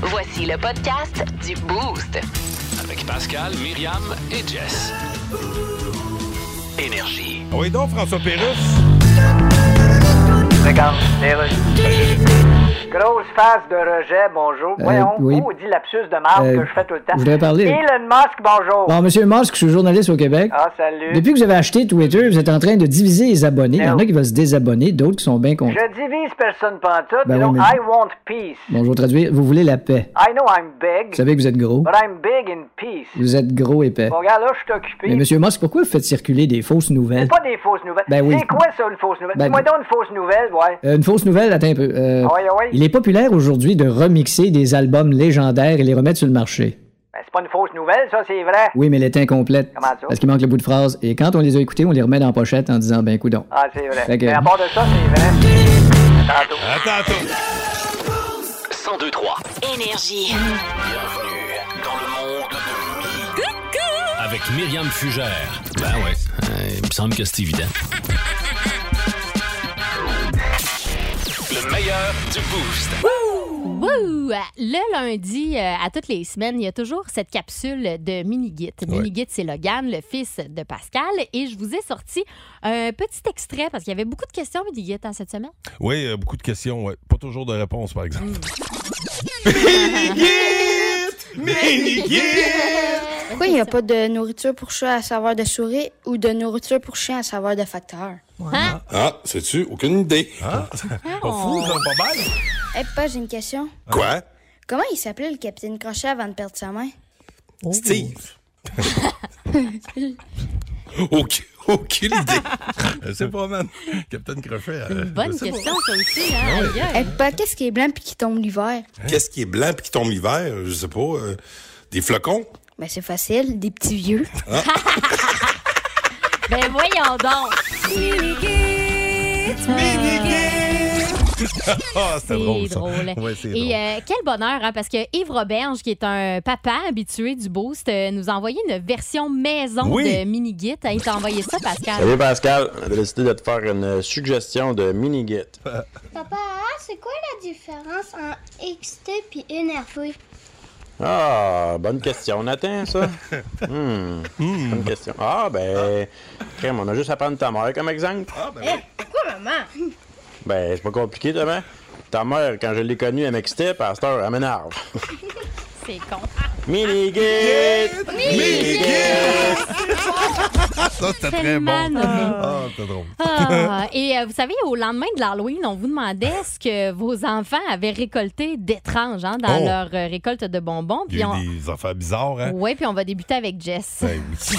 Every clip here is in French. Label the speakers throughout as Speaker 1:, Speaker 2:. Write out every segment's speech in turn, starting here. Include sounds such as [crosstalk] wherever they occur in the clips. Speaker 1: Voici le podcast du Boost.
Speaker 2: Avec Pascal, Myriam et Jess. Énergie.
Speaker 3: Oui, donc, François Pérusse.
Speaker 4: Euh,
Speaker 5: Grosse phase de rejet, bonjour. Voyons,
Speaker 4: Euh, oui.
Speaker 5: oh, dit lapsus de marque
Speaker 4: Euh,
Speaker 5: que je fais tout le temps.
Speaker 4: je voulais parler-
Speaker 5: Elon Musk, bonjour.
Speaker 4: Bon, Monsieur Musk, je suis journaliste au Québec.
Speaker 5: Ah, salut.
Speaker 4: Depuis que vous avez acheté Twitter, vous êtes en train de diviser les abonnés. Il y en
Speaker 5: Non.
Speaker 4: a qui vont se désabonner, d'autres qui sont bien contents.
Speaker 5: Je divise personne pantoute,
Speaker 4: Ben oui,
Speaker 5: disons,
Speaker 4: mais-
Speaker 5: I want peace.
Speaker 4: Bon, je vais traduire. Vous voulez la paix.
Speaker 5: I know I'm big,
Speaker 4: Vous savez que vous êtes gros.
Speaker 5: but I'm big in peace.
Speaker 4: Vous êtes gros et paix.
Speaker 5: Bon, regarde, là, je suis occupé.
Speaker 4: Mais Monsieur Musk, pourquoi vous faites circuler des fausses nouvelles?
Speaker 5: C'est pas des fausses nouvelles.
Speaker 4: Hein? Ben oui.
Speaker 5: C'est quoi ça, une fausse nouvelle?
Speaker 4: Ben-
Speaker 5: Dis-moi donc une fausse nouvelle, ouais.
Speaker 4: Euh, une fausse nouvelle, attends un peu. Euh,
Speaker 5: Ah ouais, ah ouais.
Speaker 4: Il est populaire aujourd'hui de remixer des albums légendaires et les remettre sur le marché.
Speaker 5: Ben, c'est pas une fausse nouvelle, ça, c'est vrai.
Speaker 4: Oui, mais elle est incomplète.
Speaker 5: Comment ça?
Speaker 4: Parce qu'il manque le bout de phrase. Et quand on les a écoutés, on les remet dans la pochette en disant, ben, coudon.
Speaker 5: Ah, c'est vrai.
Speaker 4: Fait que-
Speaker 5: Mais à part de ça, c'est vrai. À Tantôt.
Speaker 3: Attends, attends.
Speaker 2: 102 3.
Speaker 1: Énergie.
Speaker 2: Bienvenue dans le monde de Avec Myriam Fugère. Ben ouais, euh, il me semble que c'est évident. Le meilleur du boost.
Speaker 6: Wouh! Le lundi, euh, à toutes les semaines, il y a toujours cette capsule de Minigit. Minigit, c'est Logan, le fils de Pascal. Et je vous ai sorti un petit extrait parce qu'il y avait beaucoup de questions Minigit hein, cette semaine.
Speaker 3: Oui, euh, beaucoup de questions. ouais. Pas toujours de réponses, par exemple.
Speaker 7: Pourquoi il n'y a pas de nourriture pour chat à saveur de souris ou de nourriture pour chien à saveur de facteur?
Speaker 6: Hein? Oh.
Speaker 8: Ah, sais-tu? Aucune idée.
Speaker 3: Ah.
Speaker 8: Ah.
Speaker 3: Pas fou, ça, pas mal.
Speaker 7: Eh, pas j'ai une question.
Speaker 8: Quoi?
Speaker 7: Comment il s'appelait le capitaine Crochet avant de perdre sa
Speaker 6: [laughs]
Speaker 7: main?
Speaker 3: Oh.
Speaker 8: Steve. Auc- Aucune idée.
Speaker 3: [laughs] Je sais pas, man. Captain Crochet. euh,
Speaker 6: Une bonne
Speaker 3: je sais pas.
Speaker 6: question, ça aussi. Hein? Aïe, aïe.
Speaker 7: Eh, pas qu'est-ce qui est blanc puis qui tombe l'hiver?
Speaker 8: Hein? Qu'est-ce qui est blanc puis qui tombe l'hiver? Je sais pas. euh, des flocons?
Speaker 7: Ben, c'est facile, des petits vieux.
Speaker 6: [laughs] Ben voyons donc!
Speaker 3: [laughs] Ah,
Speaker 6: C'est
Speaker 3: c'était drôle,
Speaker 6: drôle.
Speaker 3: ça. Ouais, c'est drôle.
Speaker 6: Et euh, quel bonheur, hein, parce que Yves Roberge, qui est un papa habitué du Boost, euh, nous a envoyé une version maison
Speaker 3: Oui.
Speaker 6: de Minigit. Hein, Il t'a envoyé ça, Pascal.
Speaker 9: Salut Pascal, j'ai décidé de te faire une euh, suggestion
Speaker 3: [laughs]
Speaker 9: de mini-git.
Speaker 7: Papa, hein, c'est quoi la différence entre excité puis énervé?
Speaker 9: Ah, bonne question,
Speaker 3: [laughs]
Speaker 9: Nathan, ça. Hmm, Bonne question. Ah, ben, crème, on a juste à prendre ta mère comme exemple.
Speaker 7: 哎
Speaker 3: Ah, ben oui.
Speaker 9: Ben, c'est pas compliqué, demain. Ta mère, quand je l'ai connue, elle m'excitait, pasteur, elle m'énerve. [laughs]
Speaker 6: C'est con.
Speaker 9: Mini-git!
Speaker 3: Ça, c'était très
Speaker 6: Tellement
Speaker 3: bon.
Speaker 6: nommé.
Speaker 3: Ah, c'était drôle. [laughs]
Speaker 6: Ah, et euh, vous savez, au lendemain de l'Halloween, on vous demandait ce que vos enfants avaient récolté d'étrange hein, dans
Speaker 3: Oh.
Speaker 6: leur euh, récolte de bonbons.
Speaker 3: Il y
Speaker 6: Puis
Speaker 3: a
Speaker 6: on...
Speaker 3: eu des affaires bizarres, hein?
Speaker 6: Ouais, puis on va débuter avec Jess.
Speaker 3: Ben oui.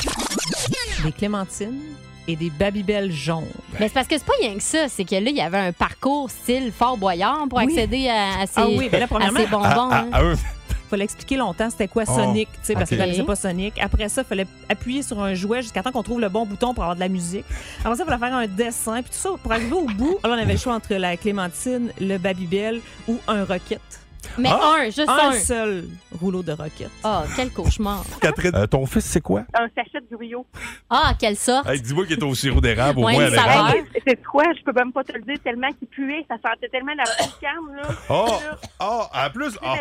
Speaker 10: Des clémentines et des babybelles jaunes.
Speaker 6: Mais Ben, c'est parce que c'est pas rien que ça, c'est que là, il y avait un parcours style Fort Boyard pour
Speaker 10: Oui.
Speaker 6: accéder à, à ces,
Speaker 10: Ah oui, ben là,
Speaker 6: à
Speaker 10: premièrement,
Speaker 6: ces bonbons.
Speaker 3: Ah,
Speaker 6: hein.
Speaker 3: ah, eux,
Speaker 10: [laughs] fallait expliquer longtemps c'était quoi
Speaker 3: Oh,
Speaker 10: Sonic, tu sais, parce
Speaker 3: ok.
Speaker 10: qu'ils connaissaient pas Sonic. Après ça, fallait appuyer sur un jouet jusqu'à temps qu'on trouve le bon bouton pour avoir de la musique. Après ça, il fallait faire un dessin, puis tout ça pour arriver au bout. Alors, on avait le choix entre la clémentine, le babybel ou un roquette.
Speaker 6: Mais
Speaker 3: Ah!
Speaker 6: un, juste
Speaker 10: Un
Speaker 6: un.
Speaker 10: seul rouleau de roquette.
Speaker 6: Ah, quel cauchemar.
Speaker 3: Catherine, euh, ton fils, c'est quoi?
Speaker 5: Un sachet de brio.
Speaker 6: Ah, quelle sorte.
Speaker 3: Hey, Dis-moi qu'il est au sirop d'érable, au
Speaker 6: Ouais,
Speaker 3: moins à
Speaker 6: une saveur.
Speaker 3: l'érable.
Speaker 5: C'est quoi? Je peux même pas te le dire tellement qu'il puait. Ça sentait tellement la carne, là.
Speaker 3: Oh, oh, en plus, ah.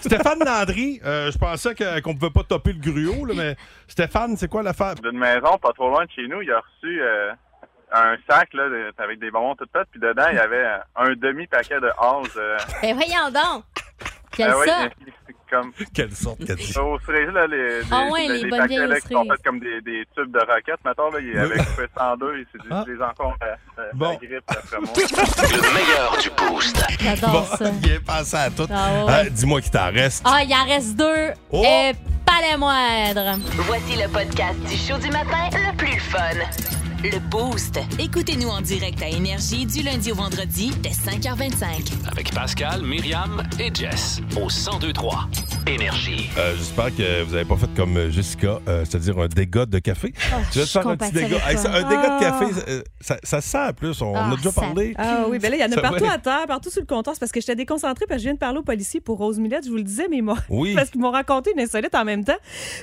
Speaker 3: Stéphane Landry, euh, je pensais que- qu'on pouvait pas topper le gruau, là, mais Stéphane, c'est quoi l'affaire?
Speaker 9: D'une maison pas trop loin de chez nous, il a reçu euh, un sac là, avec des bonbons tout faits, puis dedans, il y avait un demi-paquet de euh, hanches.
Speaker 6: Ben voyons donc. [laughs] Quelle sorte.
Speaker 9: comme
Speaker 3: [laughs] Quelle sorte qu'elle dit?
Speaker 9: Au fraisier, là, les, les,
Speaker 6: Ah ouais,
Speaker 9: les,
Speaker 6: les
Speaker 9: les
Speaker 6: bonnes
Speaker 9: paquets,
Speaker 6: vieilles
Speaker 9: là, qui sont
Speaker 6: cerises.
Speaker 9: faits comme des, des tubes de roquettes, mettons, là, il avait coupé ça en deux, il s'est dit,
Speaker 3: Ah.
Speaker 9: je les encore à, à,
Speaker 3: Bon.
Speaker 9: euh, grippe, après moi.
Speaker 11: [laughs]
Speaker 2: Le meilleur du boost.
Speaker 6: J'adore ça.
Speaker 3: il est passé à tout.
Speaker 6: Ah, ouais, ouais.
Speaker 3: Euh, Dis-moi qu'il t'en reste.
Speaker 6: Ah, il en reste deux.
Speaker 3: Oh!
Speaker 6: Et pas les moindres.
Speaker 1: Voici le podcast du show du matin le plus fun. Le Boost. Écoutez-nous en direct à Énergie du lundi au vendredi dès 5h25.
Speaker 2: Avec Pascal, Myriam et Jess au 1023 Énergie.
Speaker 3: Euh, J'espère que vous n'avez pas fait comme Jessica, euh, c'est-à-dire un dégât de café. tu vas te
Speaker 10: Ah, je
Speaker 3: faire un petit
Speaker 10: compatis
Speaker 3: dégât.
Speaker 10: avec
Speaker 3: Hey,
Speaker 10: toi.
Speaker 3: ça- un dégât de café,
Speaker 10: Ah.
Speaker 3: euh, ça, ça sent en plus. On en a déjà
Speaker 10: ça
Speaker 3: parlé.
Speaker 10: pue. Ah oui, ben là, il y en a
Speaker 3: Ça-
Speaker 10: partout
Speaker 3: ouais.
Speaker 10: à terre, partout sur le comptoir. C'est parce que j'étais déconcentrée parce que je viens de parler aux policiers pour Rose Millette, je vous le disais, mais moi,
Speaker 3: Oui.
Speaker 10: parce qu'ils m'ont [laughs] raconté une insolite en même temps.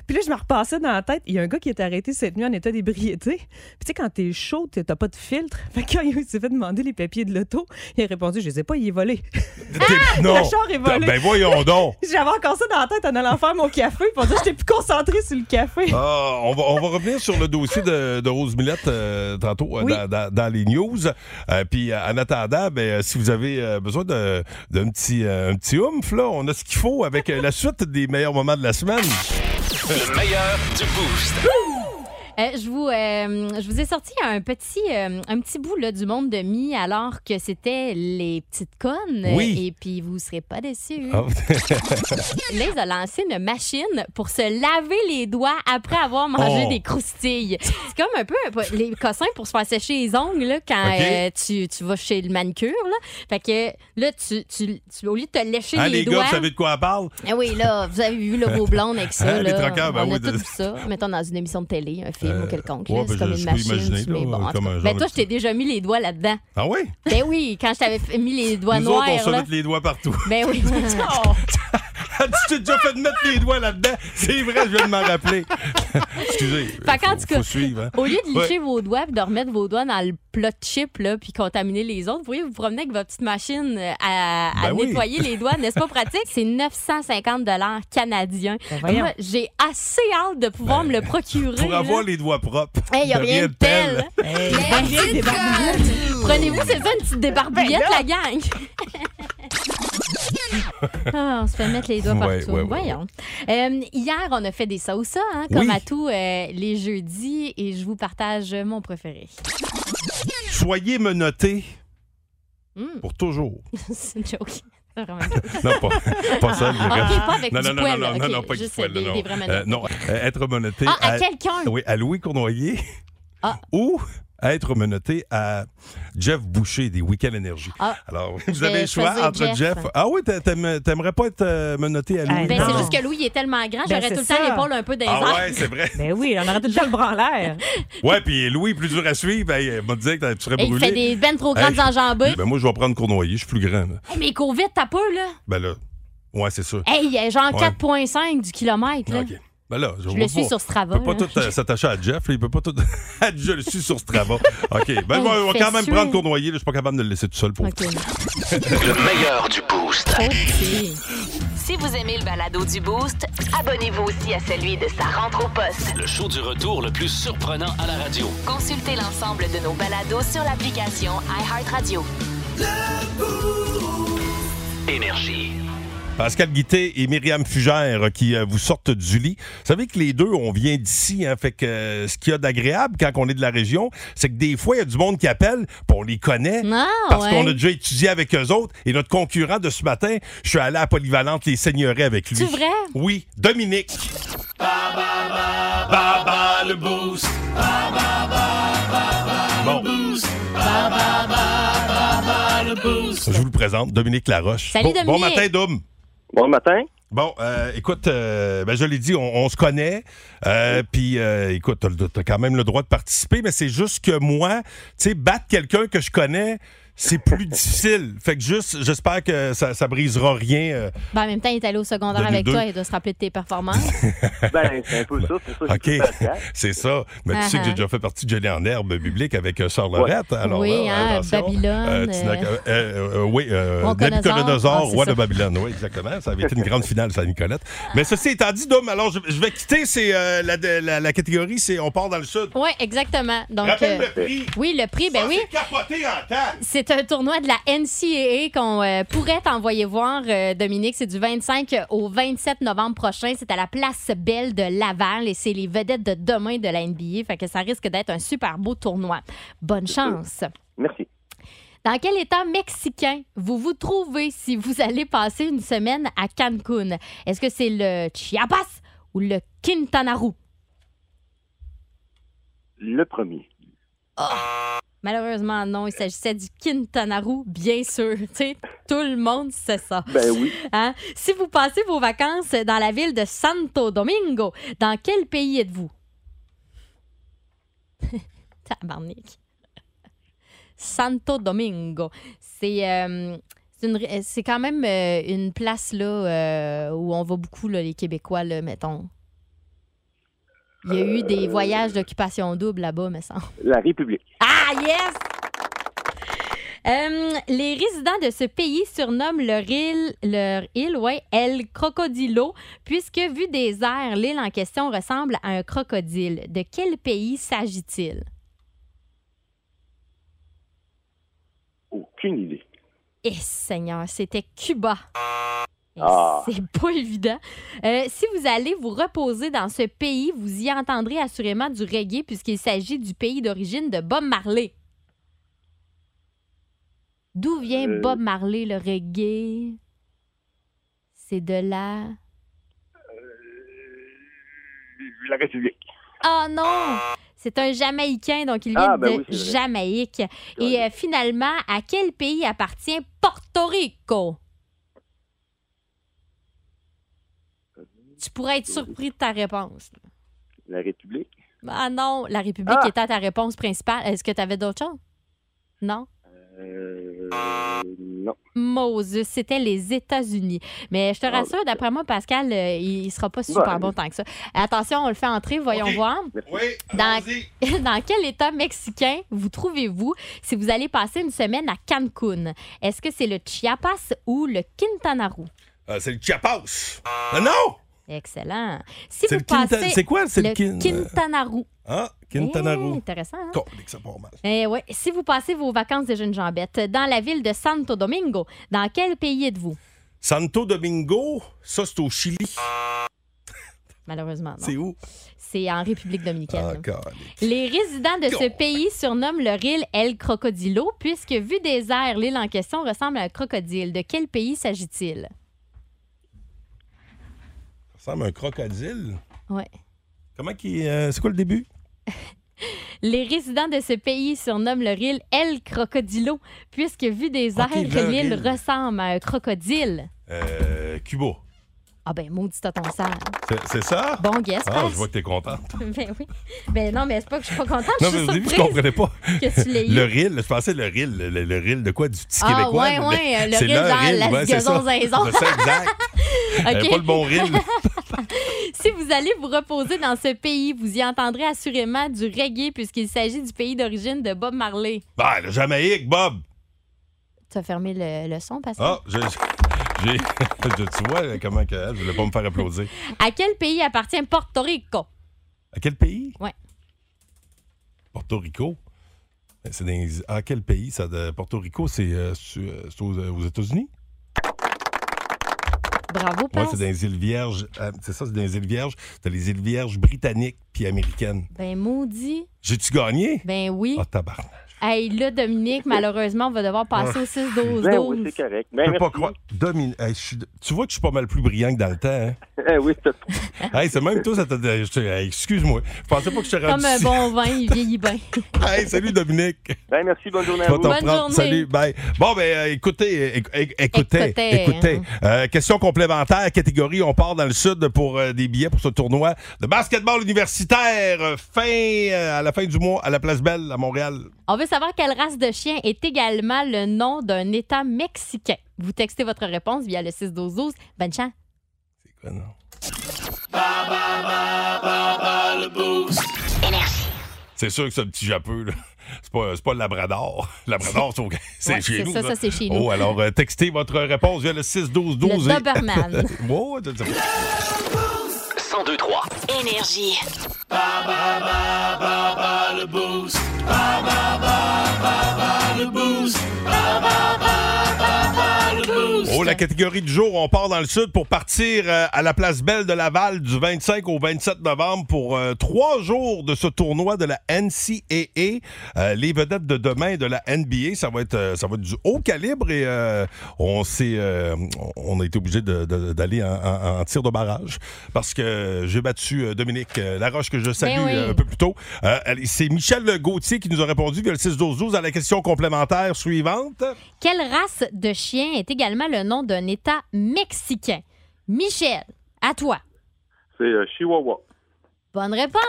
Speaker 10: Puis là, je me repassais dans la tête. Il y a un gars qui est arrêté cette nuit en état d'ébriété. Puis tu sais, quand t'es chaud, t'as t'as pas de filtre. Fait que quand il s'est fait demander les papiers de l'auto, il a répondu Je les ai pas, il est volé. [laughs]
Speaker 3: T'es-
Speaker 10: Le char est volé.
Speaker 3: Ben voyons donc.
Speaker 10: [laughs] J'avais encore ça dans la tête en allant faire mon café. Puis on dirait que j'étais plus concentrée sur le café.
Speaker 3: Ah, on, va, on va revenir sur le dossier de, de Rose Millette euh, tantôt euh,
Speaker 10: Oui.
Speaker 3: dans, dans- dans les news. Euh, Puis euh, en attendant, ben, euh, si vous avez euh, besoin d'un d'un petit, euh, un petit oomph, là, on a ce qu'il faut avec euh, la suite des meilleurs moments de la semaine.
Speaker 2: Le meilleur du boost.
Speaker 6: Euh, je, vous, euh, je vous ai sorti un petit, euh, un petit bout là, du monde de mi alors que c'était les petites connes.
Speaker 11: Oui.
Speaker 6: Et puis, vous serez pas déçus.
Speaker 3: Ah.
Speaker 11: Oh.
Speaker 6: Là, ils ont lancé une machine pour se laver les doigts après avoir mangé
Speaker 11: Oh.
Speaker 6: des croustilles. C'est comme un peu euh, les cossins pour se faire sécher les ongles là, quand
Speaker 11: Ok.
Speaker 6: euh, tu, tu vas chez le manicure. Là. Fait que là, tu, tu, tu- au lieu de te lécher
Speaker 3: Hein,
Speaker 6: les,
Speaker 3: les
Speaker 6: doigts...
Speaker 3: gars, vous savez de quoi on parle?
Speaker 6: Eh oui, là, vous avez vu le beau blonde avec ça.
Speaker 3: Hein, les
Speaker 6: là.
Speaker 3: traqueurs, ben
Speaker 6: on a
Speaker 3: oui,
Speaker 6: tout
Speaker 3: de-
Speaker 6: vu ça. Mettons dans une émission de télé, un film
Speaker 3: Euh,
Speaker 6: ou quelconque.
Speaker 3: ouais,
Speaker 6: là,
Speaker 3: ben,
Speaker 6: c'est comme
Speaker 3: je-
Speaker 6: une
Speaker 3: je peux
Speaker 6: machine.
Speaker 3: imaginer,
Speaker 6: tu mets-
Speaker 3: là,
Speaker 6: bon, en tout
Speaker 3: comme un
Speaker 6: cas.
Speaker 3: genre
Speaker 6: Ben,
Speaker 3: de
Speaker 6: toi, je
Speaker 3: petit-
Speaker 6: t'ai déjà mis les doigts là-dedans.
Speaker 3: Ah oui?
Speaker 6: Ben oui, quand je t'avais fait- mis les doigts
Speaker 3: Nous
Speaker 6: noirs.
Speaker 3: autres, on se
Speaker 6: là.
Speaker 3: met les doigts partout. [laughs] Ah,
Speaker 6: Ben oui.
Speaker 3: tu t'es déjà fait de mettre les doigts là-dedans? C'est vrai, je viens de m'en
Speaker 6: [laughs]
Speaker 3: rappeler. Excusez.
Speaker 6: Fait qu'en tout
Speaker 3: Faut,
Speaker 6: cas,
Speaker 3: faut suivre. hein.
Speaker 6: Au lieu de licher
Speaker 3: Ouais.
Speaker 6: vos doigts puis de remettre vos doigts dans le plat de chip là, puis contaminer les autres, vous pourriez vous promener avec votre petite machine euh, à, à
Speaker 11: Ben oui.
Speaker 6: nettoyer les doigts. N'est-ce pas pratique? C'est 950 canadiens.
Speaker 3: voyons.
Speaker 6: Moi, j'ai assez hâte de pouvoir me le procurer.
Speaker 3: Ben, Pour
Speaker 6: là.
Speaker 3: avoir les doigts propres.
Speaker 6: Hey, y a
Speaker 3: De
Speaker 6: rien de tel.
Speaker 10: Bonne vieille débarbouillette.
Speaker 6: Prenez-vous, c'est ça, une petite débarbouillette,
Speaker 10: Ben,
Speaker 6: la gang. [laughs] Ah, on se fait mettre les doigts partout.
Speaker 11: Ouais, ouais, ouais, ouais.
Speaker 6: Voyons. Euh, hier, on a fait des salsas, hein, comme
Speaker 3: Oui.
Speaker 6: à tous euh, les jeudis, et je vous partage mon préféré. [laughs]
Speaker 3: Soyez menottés
Speaker 6: Hmm.
Speaker 3: pour toujours.
Speaker 6: c'est une joke. C'est vraiment une joke.
Speaker 3: Non, pas, [laughs] pas ça. je
Speaker 6: Ah,
Speaker 3: dirais.
Speaker 6: ok, pas avec
Speaker 3: non,
Speaker 6: du
Speaker 3: non, non,
Speaker 6: poil,
Speaker 3: non, non,
Speaker 6: ok,
Speaker 3: non, pas du
Speaker 6: juste
Speaker 3: poil.
Speaker 6: des-
Speaker 3: non,
Speaker 6: des
Speaker 3: non.
Speaker 6: vrais
Speaker 3: Euh, non, euh, être menotté.
Speaker 6: Ah, à quelqu'un.
Speaker 3: Oui, à Louis Cournoyer. [laughs]
Speaker 6: Ah.
Speaker 3: Oh. Ou être menotté à Jeff Boucher des Week-ends Énergie.
Speaker 6: Ah.
Speaker 3: Alors,
Speaker 6: Je
Speaker 3: vous avez le choix
Speaker 6: choisir
Speaker 3: entre Jeff.
Speaker 6: Jeff.
Speaker 3: Ah oui, t'a- t'aimes- t'aimerais pas être euh, menotté à Louis?
Speaker 6: Ben, c'est
Speaker 3: Non.
Speaker 6: juste que Louis il est tellement grand, j'aurais
Speaker 10: Ben, c'est
Speaker 6: tout le
Speaker 10: ça.
Speaker 6: temps l'épaule un peu dans les
Speaker 3: Ah
Speaker 6: airs.
Speaker 3: ouais, c'est vrai.
Speaker 10: [laughs] Ben oui, on aurait tout le temps le bras en l'air.
Speaker 3: Ouais, puis Louis, plus dur à suivre, ben, il m'a dit que tu serais
Speaker 6: Et il
Speaker 3: brûlé.
Speaker 6: fait des ben trop grandes
Speaker 3: Hey,
Speaker 6: enjambées.
Speaker 3: Ben, moi, je vais prendre Cournoyer, je suis plus grand. là.
Speaker 6: Hey, mais il court vite, t'as peu, là.
Speaker 3: Ben là, ouais, c'est sûr.
Speaker 6: Hey, il y a genre
Speaker 3: Ouais.
Speaker 6: 4,5 du kilomètre, là.
Speaker 3: OK. Ben là, je
Speaker 6: Je
Speaker 3: vois
Speaker 6: le suis
Speaker 3: pas.
Speaker 6: sur Strava, hein.
Speaker 3: Il peut pas
Speaker 6: là.
Speaker 3: tout euh, s'attacher à Jeff. là. Il peut pas tout. [laughs] Ah, je le suis sur Strava. OK. Ben,
Speaker 6: Il
Speaker 3: on va- on va
Speaker 6: fait
Speaker 3: quand même
Speaker 6: suer.
Speaker 3: prendre Cournoyer. là. Je suis pas capable de le laisser tout seul pour.
Speaker 6: [laughs]
Speaker 2: Le meilleur du boost.
Speaker 1: Si vous aimez le balado du Boost, abonnez-vous aussi à celui de sa rentre au poste.
Speaker 2: Le show du retour le plus surprenant à la radio.
Speaker 1: Consultez l'ensemble de nos balados sur l'application iHeartRadio.
Speaker 2: Énergie.
Speaker 3: Pascal Guité et Myriam Fugère euh, qui euh, vous sortent du lit. Vous savez que les deux, on vient d'ici. hein, fait que euh, ce qu'il y a d'agréable quand on est de la région, c'est que des fois, il y a du monde qui appelle, puis on les connaît.
Speaker 6: Non,
Speaker 3: parce
Speaker 6: Ah, ouais.
Speaker 3: qu'on a déjà étudié avec eux autres. Et notre concurrent de ce matin, je suis allé à Polyvalente les Seigneuries avec lui.
Speaker 6: C'est vrai?
Speaker 3: Oui, Dominique.
Speaker 2: Baba le boost. Baba,
Speaker 3: Bon.
Speaker 2: le boost.
Speaker 3: Je vous le présente, Dominique Laroche.
Speaker 2: Salut,
Speaker 3: bon, bon
Speaker 2: Dominique.
Speaker 3: matin, Dom. Bon matin. Bon, euh, écoute, euh, ben, je l'ai dit, on, on se connaît. euh, Puis, euh, écoute, t'as le- t'as quand même le droit de participer, mais c'est juste que moi, tu sais, battre quelqu'un que je connais, c'est [laughs] plus difficile. Fait que juste, j'espère que ça, ça brisera rien. euh,
Speaker 6: Ben, en même temps, il est allé au secondaire
Speaker 3: De
Speaker 6: avec
Speaker 3: nous
Speaker 6: toi
Speaker 3: deux.
Speaker 6: et doit se rappeler de tes performances.
Speaker 3: [laughs] Ben, c'est un peu ça, c'est ça. [laughs] OK, c'est ça. Mais tu sais que j'ai
Speaker 6: Ah, ah.
Speaker 2: Uh-huh.
Speaker 3: déjà fait partie de Jolie en herbe biblique avec euh, Sœur Lorette. Alors,
Speaker 6: Oui,
Speaker 3: là,
Speaker 6: hein,
Speaker 3: attention.
Speaker 6: Babylone,
Speaker 3: Euh, Tinac-
Speaker 6: euh,
Speaker 3: euh, euh, oui, euh,
Speaker 6: Nabucodonosor.
Speaker 3: Nabucodonosor,
Speaker 6: Ah, c'est
Speaker 3: roi
Speaker 6: ça.
Speaker 3: de Babylone. Oui, exactement. Ça avait été une grande finale, ça, Nicolette. Mais ceci étant dit, Dom, alors je, je vais quitter c'est, euh, la, la- la catégorie, c'est on part dans le sud.
Speaker 6: Oui, exactement. Donc,
Speaker 3: Rappelle le prix.
Speaker 6: Oui, le prix, ben oui. C'est un tournoi de la NCAA qu'on euh, pourrait t'envoyer voir, euh, Dominique. C'est du 25 au 27 novembre prochain. C'est à la Place Belle de Laval et c'est les vedettes de demain de la NBA. Fait que ça risque d'être un super beau tournoi. Bonne chance.
Speaker 12: Merci.
Speaker 6: Dans quel état mexicain vous vous trouvez si vous allez passer une semaine à Cancun? Est-ce que c'est le Chiapas ou le Quintana Roo?
Speaker 12: Le premier.
Speaker 6: Ah. Malheureusement, non. Il s'agissait du Quintanaru, bien sûr. Tu sais, tout le monde sait ça.
Speaker 11: Ben oui.
Speaker 6: Hein? Si vous passez vos vacances dans la ville de Santo Domingo, dans quel pays êtes-vous? [laughs] Tabarnak. Santo Domingo. C'est euh, c'est une ré- c'est quand même euh, une place là, euh, où on va beaucoup, là, les Québécois, là, mettons. Il y a eu
Speaker 11: Euh.
Speaker 6: des voyages d'occupation double là-bas, me semble.
Speaker 11: La République.
Speaker 6: Ah, yes! Euh, les résidents de ce pays surnomment leur île, leur île ouais, El Crocodilo, puisque vu des airs, l'île en question ressemble à un crocodile. De quel pays s'agit-il?
Speaker 11: Aucune idée.
Speaker 6: Eh Seigneur, c'était Cuba.
Speaker 11: Ah.
Speaker 6: C'est pas évident. Euh, si vous allez vous reposer dans ce pays, vous y entendrez assurément du reggae puisqu'il s'agit du pays d'origine de Bob Marley. D'où vient
Speaker 11: Euh.
Speaker 6: Bob Marley, le reggae? C'est de là.
Speaker 11: La République.
Speaker 6: Ah non! C'est un Jamaïcain, donc il vient
Speaker 11: Ah, ben
Speaker 6: de
Speaker 11: oui, c'est vrai.
Speaker 6: Jamaïque. Et euh, finalement, à quel pays appartient Porto Rico? Tu pourrais être surpris de ta réponse.
Speaker 11: La République.
Speaker 6: Ah non, la République étant ta réponse principale, est-ce que tu avais d'autres choses? Non?
Speaker 11: Euh, non.
Speaker 6: Moses, c'était les États-Unis. Mais je te rassure, d'après moi, Pascal, euh, il il sera pas super
Speaker 11: Ouais.
Speaker 6: bon tant que ça. Attention, on le fait entrer, voyons voir. Dans, [laughs] dans quel État mexicain vous trouvez-vous si vous allez passer une semaine à Cancun? Est-ce que c'est le Chiapas ou le Quintanaru?
Speaker 3: Ah, c'est le Chiapas. Ah, non!
Speaker 6: Excellent. Si
Speaker 3: C'est le
Speaker 6: vous
Speaker 3: Quinta-
Speaker 6: passez
Speaker 3: c'est quoi, c'est le
Speaker 6: le
Speaker 3: Quin-
Speaker 6: Quintanaru?
Speaker 3: Ah, Quintanaru.
Speaker 6: Eh, intéressant. hein?
Speaker 3: Con, que ça part mal.
Speaker 6: Eh ouais. Si vous passez vos vacances de jeune jambette dans la ville de Santo Domingo, dans quel pays êtes-vous?
Speaker 3: Santo Domingo, ça, c'est au Chili.
Speaker 6: Malheureusement, non.
Speaker 3: C'est où? Ah,
Speaker 6: C'est en République dominicaine. là.
Speaker 3: Encore.
Speaker 6: Les résidents de ce pays surnomment leur île El Crocodilo, puisque vu des airs, l'île en question ressemble à un crocodile. De quel pays s'agit-il?
Speaker 3: Ça ressemble à un crocodile.
Speaker 6: Ouais.
Speaker 3: Comment qui. euh, c'est quoi le début?
Speaker 6: Les résidents de ce pays surnomment leur île El Crocodilo, puisque vu des airs,
Speaker 3: Ok, leur
Speaker 6: l'île
Speaker 3: île.
Speaker 6: ressemble à un crocodile.
Speaker 3: Euh, Cuba.
Speaker 6: Ah ben, maudit à ton sang.
Speaker 3: C'est- C'est ça?
Speaker 6: Bon guess,
Speaker 3: Ah,
Speaker 6: Pat.
Speaker 3: je vois que t'es contente.
Speaker 6: [laughs] Ben oui. Ben non, mais c'est pas que je suis pas contente, Ah, je
Speaker 3: Non,
Speaker 6: suis
Speaker 3: mais au début, je
Speaker 6: surprise.
Speaker 3: comprenais pas.
Speaker 6: que tu l'aies eu.
Speaker 3: le ril, je pensais le ril, le, le ril de quoi? Du petit
Speaker 6: Ah,
Speaker 3: Québécois.
Speaker 6: ouais,
Speaker 3: mais
Speaker 6: ouais, le
Speaker 3: c'est
Speaker 6: ril
Speaker 3: leur
Speaker 6: dans
Speaker 3: ril,
Speaker 6: la
Speaker 3: ouais, c'est ça.
Speaker 6: gazon-zaison.
Speaker 3: C'est ça, exact.
Speaker 6: [laughs]
Speaker 3: Euh,
Speaker 6: Ok.
Speaker 3: Pas le bon ril.
Speaker 6: [laughs] Si vous allez vous reposer dans ce pays, vous y entendrez assurément du reggae puisqu'il s'agit du pays d'origine de Bob Marley.
Speaker 3: Bah, le Jamaïque,
Speaker 6: [laughs]
Speaker 3: Bob.
Speaker 6: Tu as fermé le, le son, parce que...
Speaker 3: Ah, j'ai. j'ai- [laughs] tu vois comment que. Je voulais pas me faire applaudir.
Speaker 6: À quel pays appartient Porto Rico?
Speaker 3: À quel pays?
Speaker 6: Ouais.
Speaker 3: Porto Rico. Ben, C'est dans les- À quel pays? Ça, de- Porto Rico, c'est euh, sur- euh, c'est aux, aux États-Unis?
Speaker 6: Bravo,
Speaker 3: Oui,
Speaker 6: Pat.
Speaker 3: c'est dans les îles Vierges. euh, c'est ça, c'est dans les îles Vierges. T'as les îles Vierges britanniques puis américaines.
Speaker 6: Ben maudit.
Speaker 3: J'ai-tu gagné?
Speaker 6: Ben oui.
Speaker 3: Ah, tabarnak.
Speaker 6: Hey, là, Dominique, malheureusement, on va devoir passer
Speaker 3: Ouais.
Speaker 6: au 6 12
Speaker 3: Ben
Speaker 11: Oui, c'est correct. Ben,
Speaker 3: Je peux pas
Speaker 11: merci.
Speaker 3: croire. Domine- hey, je suis- tu vois que je suis pas mal plus brillant que dans le temps. hein?
Speaker 11: [laughs] Eh oui, c'est
Speaker 3: [laughs] Hey, c'est même toi, ça t'a. je te- hey, Excuse-moi. Je pensais pas que je te
Speaker 6: Comme un bon vin, il vieillit bien.
Speaker 3: [laughs] Hey, salut Dominique.
Speaker 11: Ben, merci, bonne journée à
Speaker 3: Je vais
Speaker 11: vous.
Speaker 3: t'en prendre. Salut, bye. Bon, ben, euh, écoutez, éc- éc- écoutez,
Speaker 6: hein.
Speaker 11: Écoutez,
Speaker 3: écoutez. Euh, question complémentaire, catégorie, on part dans le sud pour euh, des billets pour ce tournoi de basketball universitaire, euh, fin, euh, à la fin du mois, à la Place Belle, à Montréal.
Speaker 6: On veut savoir quelle race de chien est également le nom d'un État mexicain. Vous textez votre réponse via le 6 12 12 Bonne chance.
Speaker 3: Euh, C'est sûr que ce petit japeux, là, c'est pas, c'est pas le Labrador. Labrador, c'est, au- c'est
Speaker 6: Ouais,
Speaker 3: chez
Speaker 6: c'est
Speaker 3: nous.
Speaker 6: ça, ça, c'est chez nous.
Speaker 3: Oh, alors, euh, textez votre réponse via le 6-12-12.
Speaker 6: Le
Speaker 3: [laughs]
Speaker 6: Doberman.
Speaker 3: wow, je sais pas.
Speaker 2: 1023.
Speaker 1: Énergie.
Speaker 2: le boost. Ba, ba, ba, ba, ba, le boost. Ba, ba, ba, ba, ba, le boost.
Speaker 3: Oh la catégorie du jour, on part dans le sud pour partir euh, à la place Belle de Laval du 25 au 27 novembre pour euh, trois jours de ce tournoi de la NCAA. Euh, les vedettes de demain de la NBA, ça va être, euh, ça va être du haut calibre et euh, on s'est, euh, on a été obligé de- de- d'aller en, en- en tir de barrage parce que j'ai battu euh, Dominique euh, Laroche que je salue
Speaker 12: oui.
Speaker 3: euh, un peu plus tôt. Euh, elle- C'est Michel Gauthier qui nous a répondu via le 6-12-12 à la question complémentaire suivante.
Speaker 6: Quelle race de chien est également le nom d'un État mexicain? Michel, à toi.
Speaker 11: C'est euh, Chihuahua.
Speaker 6: Bonne réponse.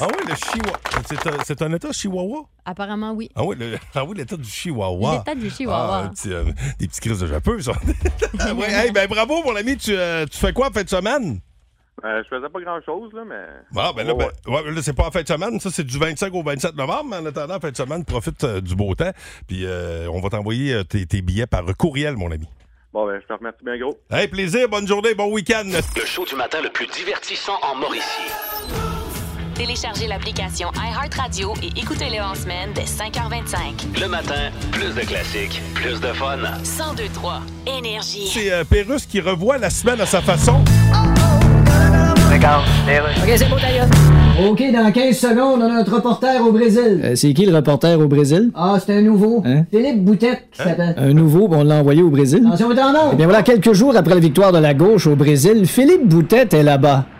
Speaker 3: Ah oui, le Chihuahua. C'est un, c'est un État Chihuahua?
Speaker 6: Apparemment, oui.
Speaker 3: Ah oui, le- [laughs] ah oui, l'État du Chihuahua.
Speaker 6: L'État du Chihuahua.
Speaker 3: Ah, un petit, euh, des petits crises de japeux, ça. [laughs] Ah ouais, hey, ben bravo, mon ami. Tu, euh, tu fais quoi en fin de semaine?
Speaker 11: Euh, je faisais pas grand-chose, là, mais...
Speaker 3: Ah, ben là, ben, ouais, là, c'est pas en fin de semaine. Ça, c'est du 25 au 27 novembre. Mais en attendant, en fin de semaine, profite euh, du beau temps. Puis euh, on va t'envoyer euh, tes, tes billets par courriel, mon ami.
Speaker 11: Bon, ben, je te remercie bien gros.
Speaker 3: Hey, plaisir, bonne journée, bon week-end.
Speaker 2: Le show du matin le plus divertissant en Mauricie.
Speaker 1: Téléchargez l'application iHeartRadio et écoutez-le en semaine dès 5h25.
Speaker 2: Le matin, plus de classiques, plus de fun.
Speaker 1: 1023 Énergie.
Speaker 3: C'est euh, Pérus qui revoit la semaine à sa façon.
Speaker 4: D'accord. OK, c'est bon, OK, dans 15 secondes, on a notre reporter au Brésil. Euh, c'est qui le reporter au Brésil?
Speaker 13: Ah, c'est un nouveau.
Speaker 4: Hein?
Speaker 13: Philippe Boutette qui s'appelle.
Speaker 4: Un nouveau, puis on l'a envoyé au Brésil.
Speaker 13: Attention, vous êtes en ordre.
Speaker 4: Eh bien voilà, quelques jours après la victoire de la gauche au Brésil, Philippe Boutette est là-bas.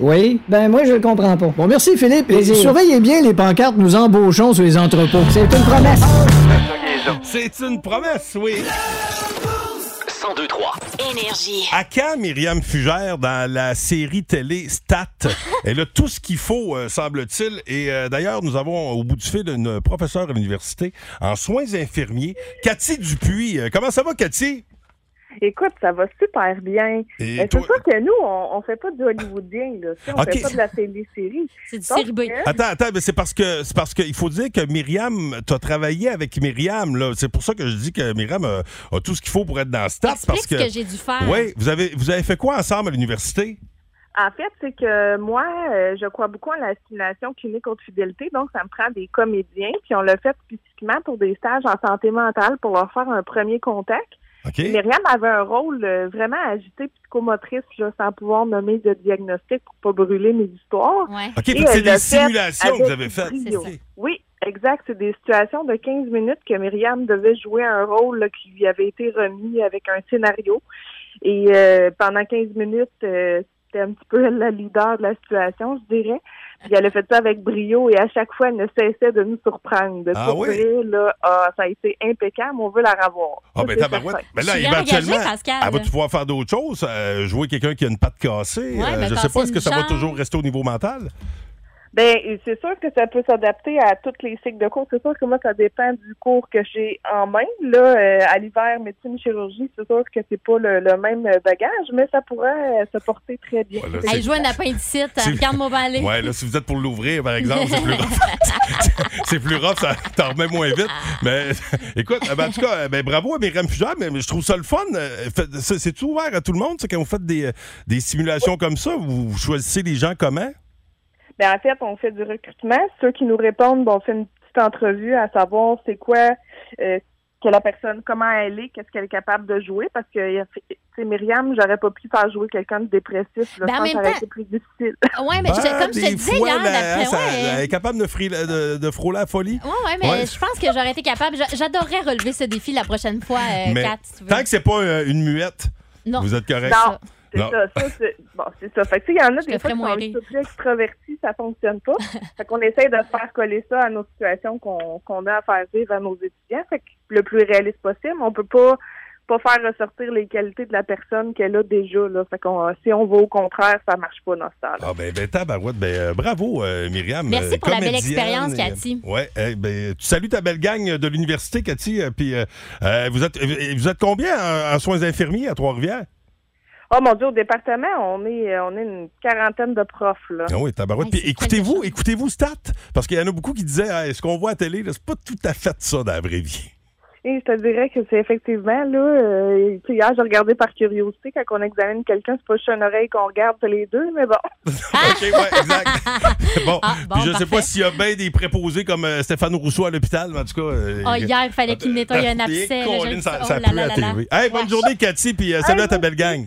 Speaker 4: Oui.
Speaker 13: ben moi, je le comprends pas.
Speaker 4: Bon, merci Philippe. Et
Speaker 13: Plaisir.
Speaker 4: surveillez bien les pancartes, nous embauchons sur les entrepôts.
Speaker 13: C'est une promesse.
Speaker 3: C'est une promesse, oui.
Speaker 2: 1023
Speaker 1: Énergie.
Speaker 3: À quand Myriam Fugère dans la série télé Stat? Elle a tout ce qu'il faut, euh, semble-t-il. Et euh, d'ailleurs, nous avons au bout du fil une professeure à l'université en soins infirmiers, Cathy Dupuis. Euh, Comment ça va, Cathy?
Speaker 14: Écoute, ça va super bien.
Speaker 3: Et
Speaker 14: Mais
Speaker 3: toi-
Speaker 14: C'est sûr que nous, on, on fait pas du hollywoodien, là. Tu sais, On
Speaker 3: Ok.
Speaker 14: fait pas de la télé-série. C'est du série
Speaker 3: Attends, attends, mais c'est parce que c'est parce qu'il faut dire que Myriam, t'as travaillé avec Myriam, là. C'est pour ça que je dis que Myriam a, a tout ce qu'il faut pour être dans Stat.
Speaker 6: Explique
Speaker 3: parce
Speaker 6: ce que j'ai dû faire.
Speaker 3: Oui, vous avez, vous avez fait quoi ensemble à l'université?
Speaker 14: En fait, c'est que moi, euh, je crois beaucoup en la stimulation clinique haute fidélité, donc ça me prend des comédiens, puis on l'a fait spécifiquement pour des stages en santé mentale pour leur faire un premier contact. Myriam avait un rôle euh, vraiment agité, psychomotrice, là, sans pouvoir nommer de diagnostic pour pas brûler mes histoires.
Speaker 3: OK, fait
Speaker 14: Et elle
Speaker 3: que c'est
Speaker 14: l'a
Speaker 3: des
Speaker 14: fait
Speaker 3: simulations que vous
Speaker 14: avec
Speaker 3: avez faites.
Speaker 14: brio. Oui, exact. C'est des situations de 15 minutes que Myriam devait jouer un rôle là, qui lui avait été remis avec un scénario. Et euh, pendant 15 minutes, euh, c'était un petit peu [laughs] la leader de la situation, je dirais. Puis elle a fait ça avec brio et à chaque fois, elle ne cessait de nous surprendre.
Speaker 3: Ah
Speaker 14: Pour
Speaker 3: oui?
Speaker 14: vrai, là, ah, ça a été impeccable. On veut la revoir.
Speaker 3: Ah,
Speaker 14: Ça,
Speaker 3: ben
Speaker 14: c'est
Speaker 3: tabarouette.
Speaker 14: certain.
Speaker 3: Ben là, éventuellement, elle va pouvoir faire d'autres choses. euh, jouer quelqu'un qui a une patte cassée.
Speaker 14: Ouais,
Speaker 3: euh,
Speaker 14: ben,
Speaker 3: je sais
Speaker 14: casser
Speaker 3: pas, est-ce
Speaker 14: une
Speaker 3: que ça va
Speaker 14: jambe.
Speaker 3: toujours rester au niveau mental?
Speaker 14: Ben, et c'est sûr que ça peut s'adapter à tous les cycles de cours. C'est sûr que moi, ça dépend du cours que j'ai en main. Là, euh, à l'hiver, médecine, chirurgie, c'est sûr que c'est pas le, le même bagage, mais ça pourrait euh, se porter très bien.
Speaker 3: Voilà, c'est-
Speaker 6: Elle joue un appendicite.
Speaker 3: C'est-
Speaker 6: Regarde-moi bien aller.
Speaker 3: Ouais, là, si vous êtes pour l'ouvrir, par exemple, c'est plus
Speaker 6: [laughs]
Speaker 3: rough. c'est plus rough, ça t'en remets moins vite. Mais [laughs] écoute, euh, ben, en tout cas, euh, ben, bravo à Myriam Fugère, mais mais je trouve ça le fun. euh, fait- C'est c'est ouvert à tout le monde, ça, quand vous faites des, euh, des simulations comme ça? Vous vous choisissez les gens comment?
Speaker 14: Ben, en fait, on fait du recrutement. Ceux qui nous répondent, ben, on fait une petite entrevue à savoir c'est quoi euh, que la personne, comment elle est, qu'est-ce qu'elle est capable de jouer, parce que tu sais, Myriam, j'aurais pas pu faire jouer quelqu'un de dépressif. Là,
Speaker 6: Ben, en
Speaker 14: je pense
Speaker 6: même
Speaker 14: que ça aurait
Speaker 6: temps-
Speaker 14: été plus difficile.
Speaker 6: Ouais, mais je-
Speaker 3: Ben,
Speaker 6: comme je te
Speaker 3: des
Speaker 6: disais
Speaker 3: fois,
Speaker 6: hier,
Speaker 3: la-
Speaker 6: d'après-
Speaker 3: ça-
Speaker 6: ouais.
Speaker 3: elle est capable de, fri- de- de frôler la folie.
Speaker 6: Ouais, ouais, mais
Speaker 3: Ouais.
Speaker 6: je pense que j'aurais été capable. J'a- J'adorerais relever ce défi la prochaine fois, euh,
Speaker 3: Mais
Speaker 6: Kat, si tu veux.
Speaker 3: tant que c'est pas euh, une muette,
Speaker 6: Non.
Speaker 3: vous êtes correct.
Speaker 14: Non, c'est
Speaker 3: Non.
Speaker 14: ça. ça, c'est- bon, c'est ça. Fait que, tu sais, il y en a
Speaker 6: te
Speaker 14: des fois
Speaker 6: ferais
Speaker 14: qui
Speaker 6: moins
Speaker 14: sont
Speaker 6: rire.
Speaker 14: des sujets extravertis, ça fonctionne
Speaker 6: [laughs]
Speaker 14: pas. fait qu'on essaye de faire coller ça à nos situations qu'on qu'on a à faire vivre à nos étudiants. Fait que le plus réaliste possible, on peut pas pas faire ressortir les qualités de la personne qu'elle a déjà. Là. Fait qu'on, euh, si on va au contraire, ça marche pas dans ce temps
Speaker 3: Ah ben, ben tabarouette, ben euh, bravo euh, Myriam.
Speaker 6: Merci
Speaker 3: euh,
Speaker 6: pour la belle
Speaker 3: comédienne.
Speaker 6: expérience,
Speaker 3: Et,
Speaker 6: Cathy.
Speaker 3: Ouais, eh ben, tu salues ta belle gang de l'université, Cathy. euh, Puis euh, euh, vous êtes euh, vous êtes combien en, en soins infirmiers à Trois-Rivières? Ah.
Speaker 14: Oh mon Dieu, au département, on est, euh, on est une quarantaine de profs. Là.
Speaker 3: Ah oui, tabarouette. Puis écoutez-vous, écoutez-vous stats, parce qu'il y en a beaucoup qui disaient Ah, est-ce qu'on voit à télé, là, c'est pas tout à fait ça dans la vraie vie. [laughs]
Speaker 14: Et je te dirais que c'est effectivement, là, euh, tu sais, hier, j'ai regardé par curiosité, quand on examine quelqu'un, c'est pas juste une oreille qu'on regarde, c'est les deux, mais bon.
Speaker 3: OK, ouais, exact. bon,
Speaker 6: Ah, bon,
Speaker 3: puis je sais
Speaker 6: parfait.
Speaker 3: pas s'il y a bien des préposés comme euh, Stéphane Rousseau à l'hôpital, mais en tout cas. euh,
Speaker 6: Oh, hier, il fallait qu'il nettoie un
Speaker 3: Et
Speaker 6: abcès. là, je
Speaker 3: Colin,
Speaker 6: le
Speaker 3: ça,
Speaker 6: sais.
Speaker 3: ça
Speaker 6: Oh là
Speaker 3: pue
Speaker 6: là
Speaker 3: à
Speaker 6: là
Speaker 3: TV.
Speaker 6: là.
Speaker 3: Hey, bonne
Speaker 6: Ouais.
Speaker 3: journée, Cathy, puis euh, salut à ta belle gang.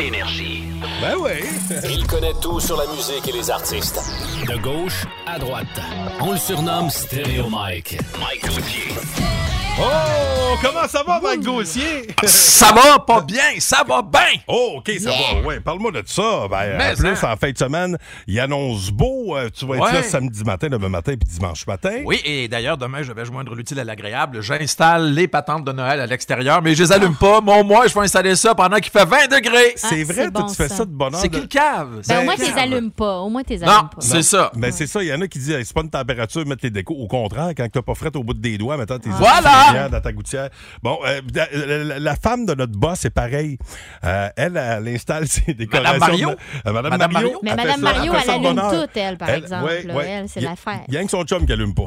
Speaker 2: Énergie.
Speaker 3: Ben oui.
Speaker 2: Il connaît tout sur la musique et les artistes. De gauche à droite. On le surnomme Stéréo Mike. Mike Gauthier.
Speaker 3: Oh, comment ça va, Mike Gauthier?
Speaker 12: [laughs] Ça va pas bien, ça va bien!
Speaker 3: Oh, OK, ça
Speaker 12: Yeah.
Speaker 3: va. Ouais, parle-moi de ça. Ben,
Speaker 12: Mais
Speaker 3: en plus,
Speaker 12: ça.
Speaker 3: en fin de semaine, il annonce beau. Euh, tu vas être
Speaker 12: Ouais.
Speaker 3: là samedi matin, demain matin, puis dimanche matin.
Speaker 12: Oui, et d'ailleurs, demain, je vais joindre l'utile à l'agréable. J'installe les patentes de Noël à l'extérieur, mais je les allume pas. Mon moi, je vais installer ça pendant qu'il fait 20 degrés.
Speaker 3: C'est Ah, vrai, c'est toi, bon, tu fais ça. ça de bonne heure
Speaker 12: C'est
Speaker 3: de-
Speaker 12: qu'il cave.
Speaker 6: Ben, au
Speaker 12: C'est
Speaker 6: moins, tu
Speaker 12: cave.
Speaker 6: les allumes pas. Au moins, tu les allumes
Speaker 12: Non,
Speaker 6: pas.
Speaker 12: c'est ça.
Speaker 3: Mais Ben, c'est ça, il y en a qui disent, Hey, c'est pas une température, mettre les décos. Au contraire, quand t'as pas fret au bout des doigts, maintenant tes
Speaker 12: Ah. Voilà!
Speaker 3: tes lumières dans ta gouttière. Bon, euh, da- la, la- la femme de notre boss, c'est pareil. Euh, elle, elle installe ses décorations.
Speaker 12: Mario?
Speaker 3: de- Euh, Madame,
Speaker 12: Madame
Speaker 3: Mario.
Speaker 12: Mario?
Speaker 6: Mais
Speaker 3: fait
Speaker 6: Madame
Speaker 3: ça-
Speaker 6: Mario,
Speaker 3: fait
Speaker 6: elle
Speaker 3: ça de
Speaker 6: allume
Speaker 3: bonne heure.
Speaker 6: tout, elle, par exemple, là. Elle, c'est
Speaker 3: Il y a-
Speaker 6: l'affaire.
Speaker 3: Il y a que son chum qui allume pas.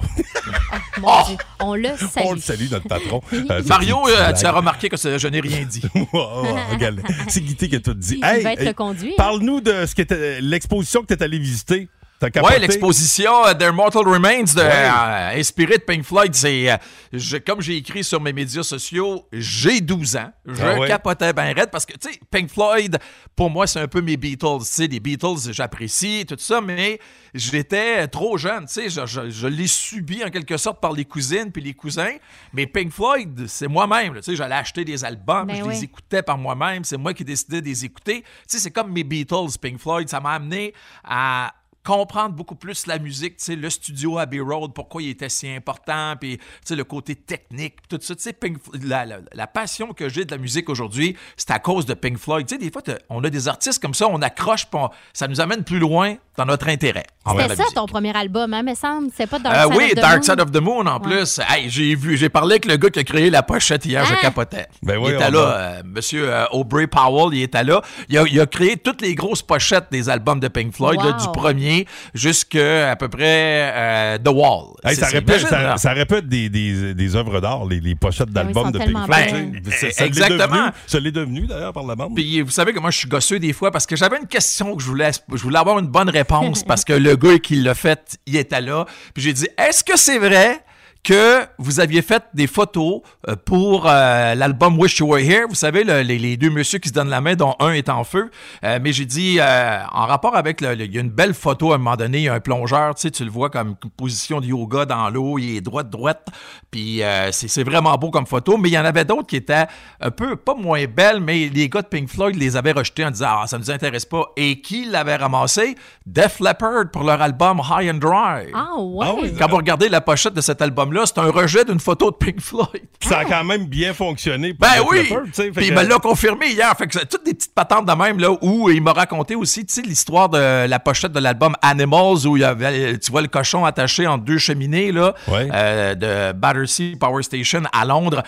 Speaker 6: Mon
Speaker 12: Ah!
Speaker 6: Dieu, on le salue.
Speaker 3: On le salue, notre patron.
Speaker 6: [laughs]
Speaker 3: Euh,
Speaker 12: Mario,
Speaker 3: c'est
Speaker 12: euh,
Speaker 3: une petite
Speaker 12: tu as
Speaker 3: blague.
Speaker 12: remarqué que ce- je n'ai rien
Speaker 3: [laughs]
Speaker 12: dit.
Speaker 3: Oh, regarde, c'est Guité qui a tout dit.
Speaker 12: Il va être le
Speaker 6: hein.
Speaker 12: conduit.
Speaker 3: Parle-nous de ce qui était l'exposition que tu es allé visiter. T'as
Speaker 12: Oui,
Speaker 3: capoté.
Speaker 12: l'exposition euh, Their Mortal Remains, de,
Speaker 3: Ouais.
Speaker 12: euh, inspirée de Pink Floyd. C'est, euh, je- comme j'ai écrit sur mes médias sociaux, j'ai 12 ans. Je
Speaker 3: Ah ouais.
Speaker 12: capotais ben raide parce que, tu sais, Pink Floyd, pour moi, c'est un peu mes Beatles. Tu sais, les Beatles, j'apprécie, tout ça, mais j'étais trop jeune. Tu sais, je, je- je l'ai subi en quelque sorte par les cousines puis les cousins. Mais Pink Floyd, c'est moi-même. là. Tu sais, j'allais acheter des albums,
Speaker 6: Ben
Speaker 12: je
Speaker 6: oui.
Speaker 12: les écoutais par moi-même. C'est moi qui décidais de les écouter. Tu sais, c'est comme mes Beatles, Pink Floyd. Ça m'a amené à comprendre beaucoup plus la musique, tu sais, le studio Abbey Road, pourquoi il était si important, puis tu sais, le côté technique, puis tout ça. Tu sais, Pink Flo- la, la- la passion que j'ai de la musique aujourd'hui, c'est à cause de Pink Floyd. Tu sais, des fois, t'as- on a des artistes comme ça, on accroche, puis on- ça nous amène plus loin dans notre intérêt. envers la
Speaker 6: C'était ça
Speaker 12: musique.
Speaker 6: ton premier album, hein, me semble. C'est pas Dark
Speaker 12: Euh,
Speaker 6: Side
Speaker 12: oui,
Speaker 6: of the
Speaker 12: Dark
Speaker 6: Moon.
Speaker 12: Side of the Moon en plus. Hey, j'ai vu, j'ai parlé avec le gars qui a créé la pochette hier,
Speaker 6: Ah.
Speaker 12: je capotais.
Speaker 3: Ben oui,
Speaker 12: il était
Speaker 3: on
Speaker 12: là,
Speaker 3: va.
Speaker 12: euh, Monsieur euh, Aubrey Powell, il était là. Il a, il a créé toutes les grosses pochettes des albums de Pink Floyd, là,
Speaker 3: Wow.
Speaker 12: du premier jusqu'à à peu près euh, The Wall.
Speaker 3: Hey,
Speaker 12: C'est-
Speaker 3: ça,
Speaker 12: c'est-
Speaker 3: répète,
Speaker 12: imagine, là.
Speaker 3: ça, ça répète des, des, des œuvres d'art, les, les pochettes
Speaker 2: Ah
Speaker 3: d'albums
Speaker 12: sont
Speaker 3: de Pink
Speaker 12: tellement
Speaker 3: Floyd.
Speaker 12: belles.
Speaker 3: tu sais.
Speaker 12: Eh,
Speaker 3: Ça- ça l'est
Speaker 12: exactement.
Speaker 3: devenu- Ça l'est devenu, d'ailleurs, par la bande.
Speaker 12: Puis vous savez que moi je suis gosseux des fois parce que j'avais une question que je voulais, je voulais avoir une bonne réponse parce [laughs] que le gars qui l'a fait, il était là. Puis j'ai dit, est-ce que c'est vrai que vous aviez fait des photos euh, pour euh, l'album Wish You Were Here? Vous savez, le- les, les deux messieurs qui se donnent la main, dont un est en feu. Euh, mais j'ai dit, euh, en rapport avec, le- le- il y a une belle photo à un moment donné, il y a un plongeur, tu sais, tu le vois comme position de yoga dans l'eau, il est droite-droite. Puis euh, c'est c'est vraiment beau comme photo. Mais il y en avait d'autres qui étaient un peu, pas moins belles, mais les gars de Pink Floyd les avaient rejetées en disant Ah, ça ne nous intéresse pas. Et qui l'avait ramassé Def Leppard pour leur album High and Dry.
Speaker 6: Ah, ouais.
Speaker 12: Quand vous regardez la pochette de cet album-là, c'est un rejet d'une photo de Pink Floyd.
Speaker 3: Ça a quand même bien fonctionné. pour
Speaker 12: Ben
Speaker 3: Def
Speaker 12: oui!
Speaker 3: Leppard, tu sais, fait
Speaker 12: Puis il
Speaker 3: que-
Speaker 12: me l'a confirmé hier. Fait que c'est toutes des petites patentes de même, là, où il m'a raconté aussi, tu sais, l'histoire de la pochette de l'album Animals, où il y avait, tu vois, le cochon attaché en deux cheminées, là, euh, de Battersea Power Station à Londres.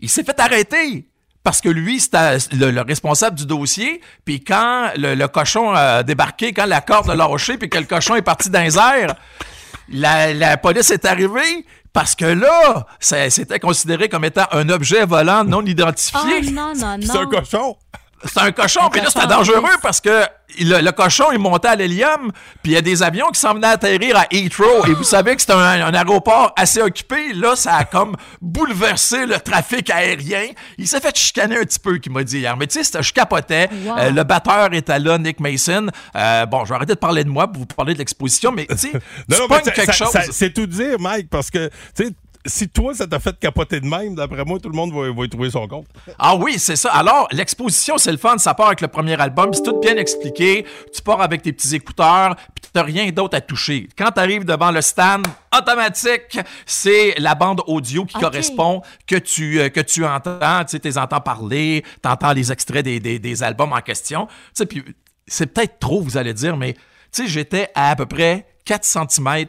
Speaker 12: Il s'est fait arrêter! Parce que lui, c'était le, le responsable du dossier. Puis quand le, le cochon a débarqué, quand la corde l'a lâché, puis que le cochon est parti dans les airs, la, la police est arrivée parce que là, ça- c'était considéré comme étant un objet volant non identifié.
Speaker 6: Oh non, non, non.
Speaker 12: C'est un cochon. C'est un cochon, mais là,
Speaker 6: cochon,
Speaker 12: c'était
Speaker 6: oui.
Speaker 12: dangereux parce que le, le cochon, il montait à l'hélium, puis il y a des avions qui s'en venaient atterrir à Heathrow, et vous savez que c'est un, un aéroport assez occupé. Là, ça a comme bouleversé le trafic aérien. Il s'est fait chicaner un petit peu, qui m'a dit hier. Mais tu sais, c'était- je capotais.
Speaker 6: Wow.
Speaker 12: Euh, le batteur était là, Nick Mason. Euh, bon, je vais arrêter de parler de moi pour vous parler de l'exposition, mais tu sais,
Speaker 3: [laughs] Non,
Speaker 12: tu
Speaker 3: non, mais
Speaker 12: pognes
Speaker 3: ça-
Speaker 12: quelque
Speaker 3: ça-
Speaker 12: chose.
Speaker 3: ça- c'est tout dire, Mike, parce que, tu sais, si toi, ça t'a fait capoter de même, d'après moi, tout le monde va, va y trouver son compte.
Speaker 12: Ah oui, c'est ça. Alors, l'exposition, c'est le fun. Ça part avec le premier album, c'est tout bien expliqué. Tu pars avec tes petits écouteurs, puis t'as rien d'autre à toucher. Quand t'arrives devant le stand, automatique, c'est la bande audio qui correspond, que tu, euh, que tu entends. Tu sais, t'es entends parler, t'entends les extraits des, des- des albums en question. Tu sais, puis c'est peut-être trop, vous allez dire, mais tu sais, j'étais à à peu près 4 cm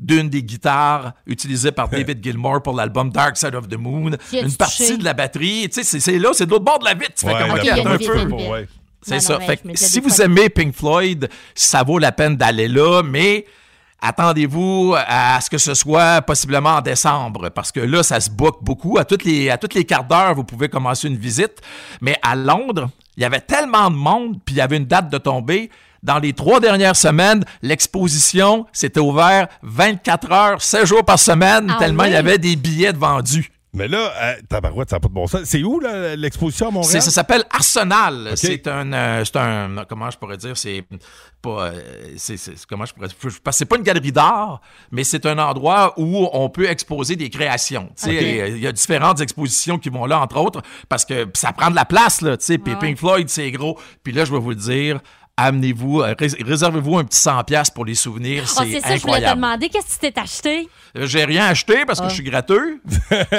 Speaker 12: d'une des guitares utilisées
Speaker 2: [laughs]
Speaker 12: par David Gilmour pour l'album Dark Side of the Moon.
Speaker 2: Qui as-tu
Speaker 12: Une partie
Speaker 2: touché?
Speaker 12: de la batterie, tu sais, c'est- c'est là, c'est de l'autre bord de la vitre. Tu fais
Speaker 2: Ouais,
Speaker 12: comme,
Speaker 2: la
Speaker 12: Ah, OK,
Speaker 2: vitre,
Speaker 12: attends
Speaker 2: la
Speaker 12: un
Speaker 2: vitre,
Speaker 12: peu.
Speaker 2: la vitre. Ouais.
Speaker 12: C'est
Speaker 2: Non,
Speaker 12: ça.
Speaker 2: non, ouais,
Speaker 12: Fait
Speaker 2: je me
Speaker 12: que
Speaker 2: disais
Speaker 12: si
Speaker 2: des
Speaker 12: vous
Speaker 2: fois-
Speaker 12: aimez Pink Floyd, ça vaut la peine d'aller là, mais attendez-vous à ce que ce soit possiblement en décembre, parce que là, ça se book beaucoup. À toutes les, à toutes les quarts d'heure, vous pouvez commencer une visite. Mais à Londres, il y avait tellement de monde, puis il y avait une date de tombée. Dans les trois dernières semaines, l'exposition s'était ouverte 24 heures, 7 jours par semaine,
Speaker 3: Ah
Speaker 12: tellement il y
Speaker 3: oui?
Speaker 12: avait des billets de vendus.
Speaker 3: Mais là, euh, tabarouette, ça n'a pas de bon sens. C'est où là, l'exposition à
Speaker 12: C'est-
Speaker 3: Montréal?
Speaker 12: Ça s'appelle Arsenal. C'est un, euh, c'est un, comment je pourrais dire, c'est pas, euh, c'est, c'est- comment je pourrais, je- parce que c'est pas une galerie d'art, mais c'est un endroit où on peut exposer des créations. tu sais.
Speaker 2: Ok.
Speaker 12: Et, euh, Il y a différentes expositions qui vont là, entre autres, parce que ça prend de la place là. tu sais. Puis
Speaker 2: Ouais.
Speaker 12: Pink Floyd, c'est gros. Puis là, je vais vous le dire. Amenez-vous, euh, rés- réservez-vous un petit 100$ piastres pour les souvenirs.
Speaker 6: Oh,
Speaker 12: c'est
Speaker 6: c'est ça, je voulais te
Speaker 12: incroyable.
Speaker 6: demander, qu'est-ce que tu t'es acheté?
Speaker 12: Euh, J'ai rien acheté parce que
Speaker 6: Ah.
Speaker 12: je suis gratteux.
Speaker 3: tu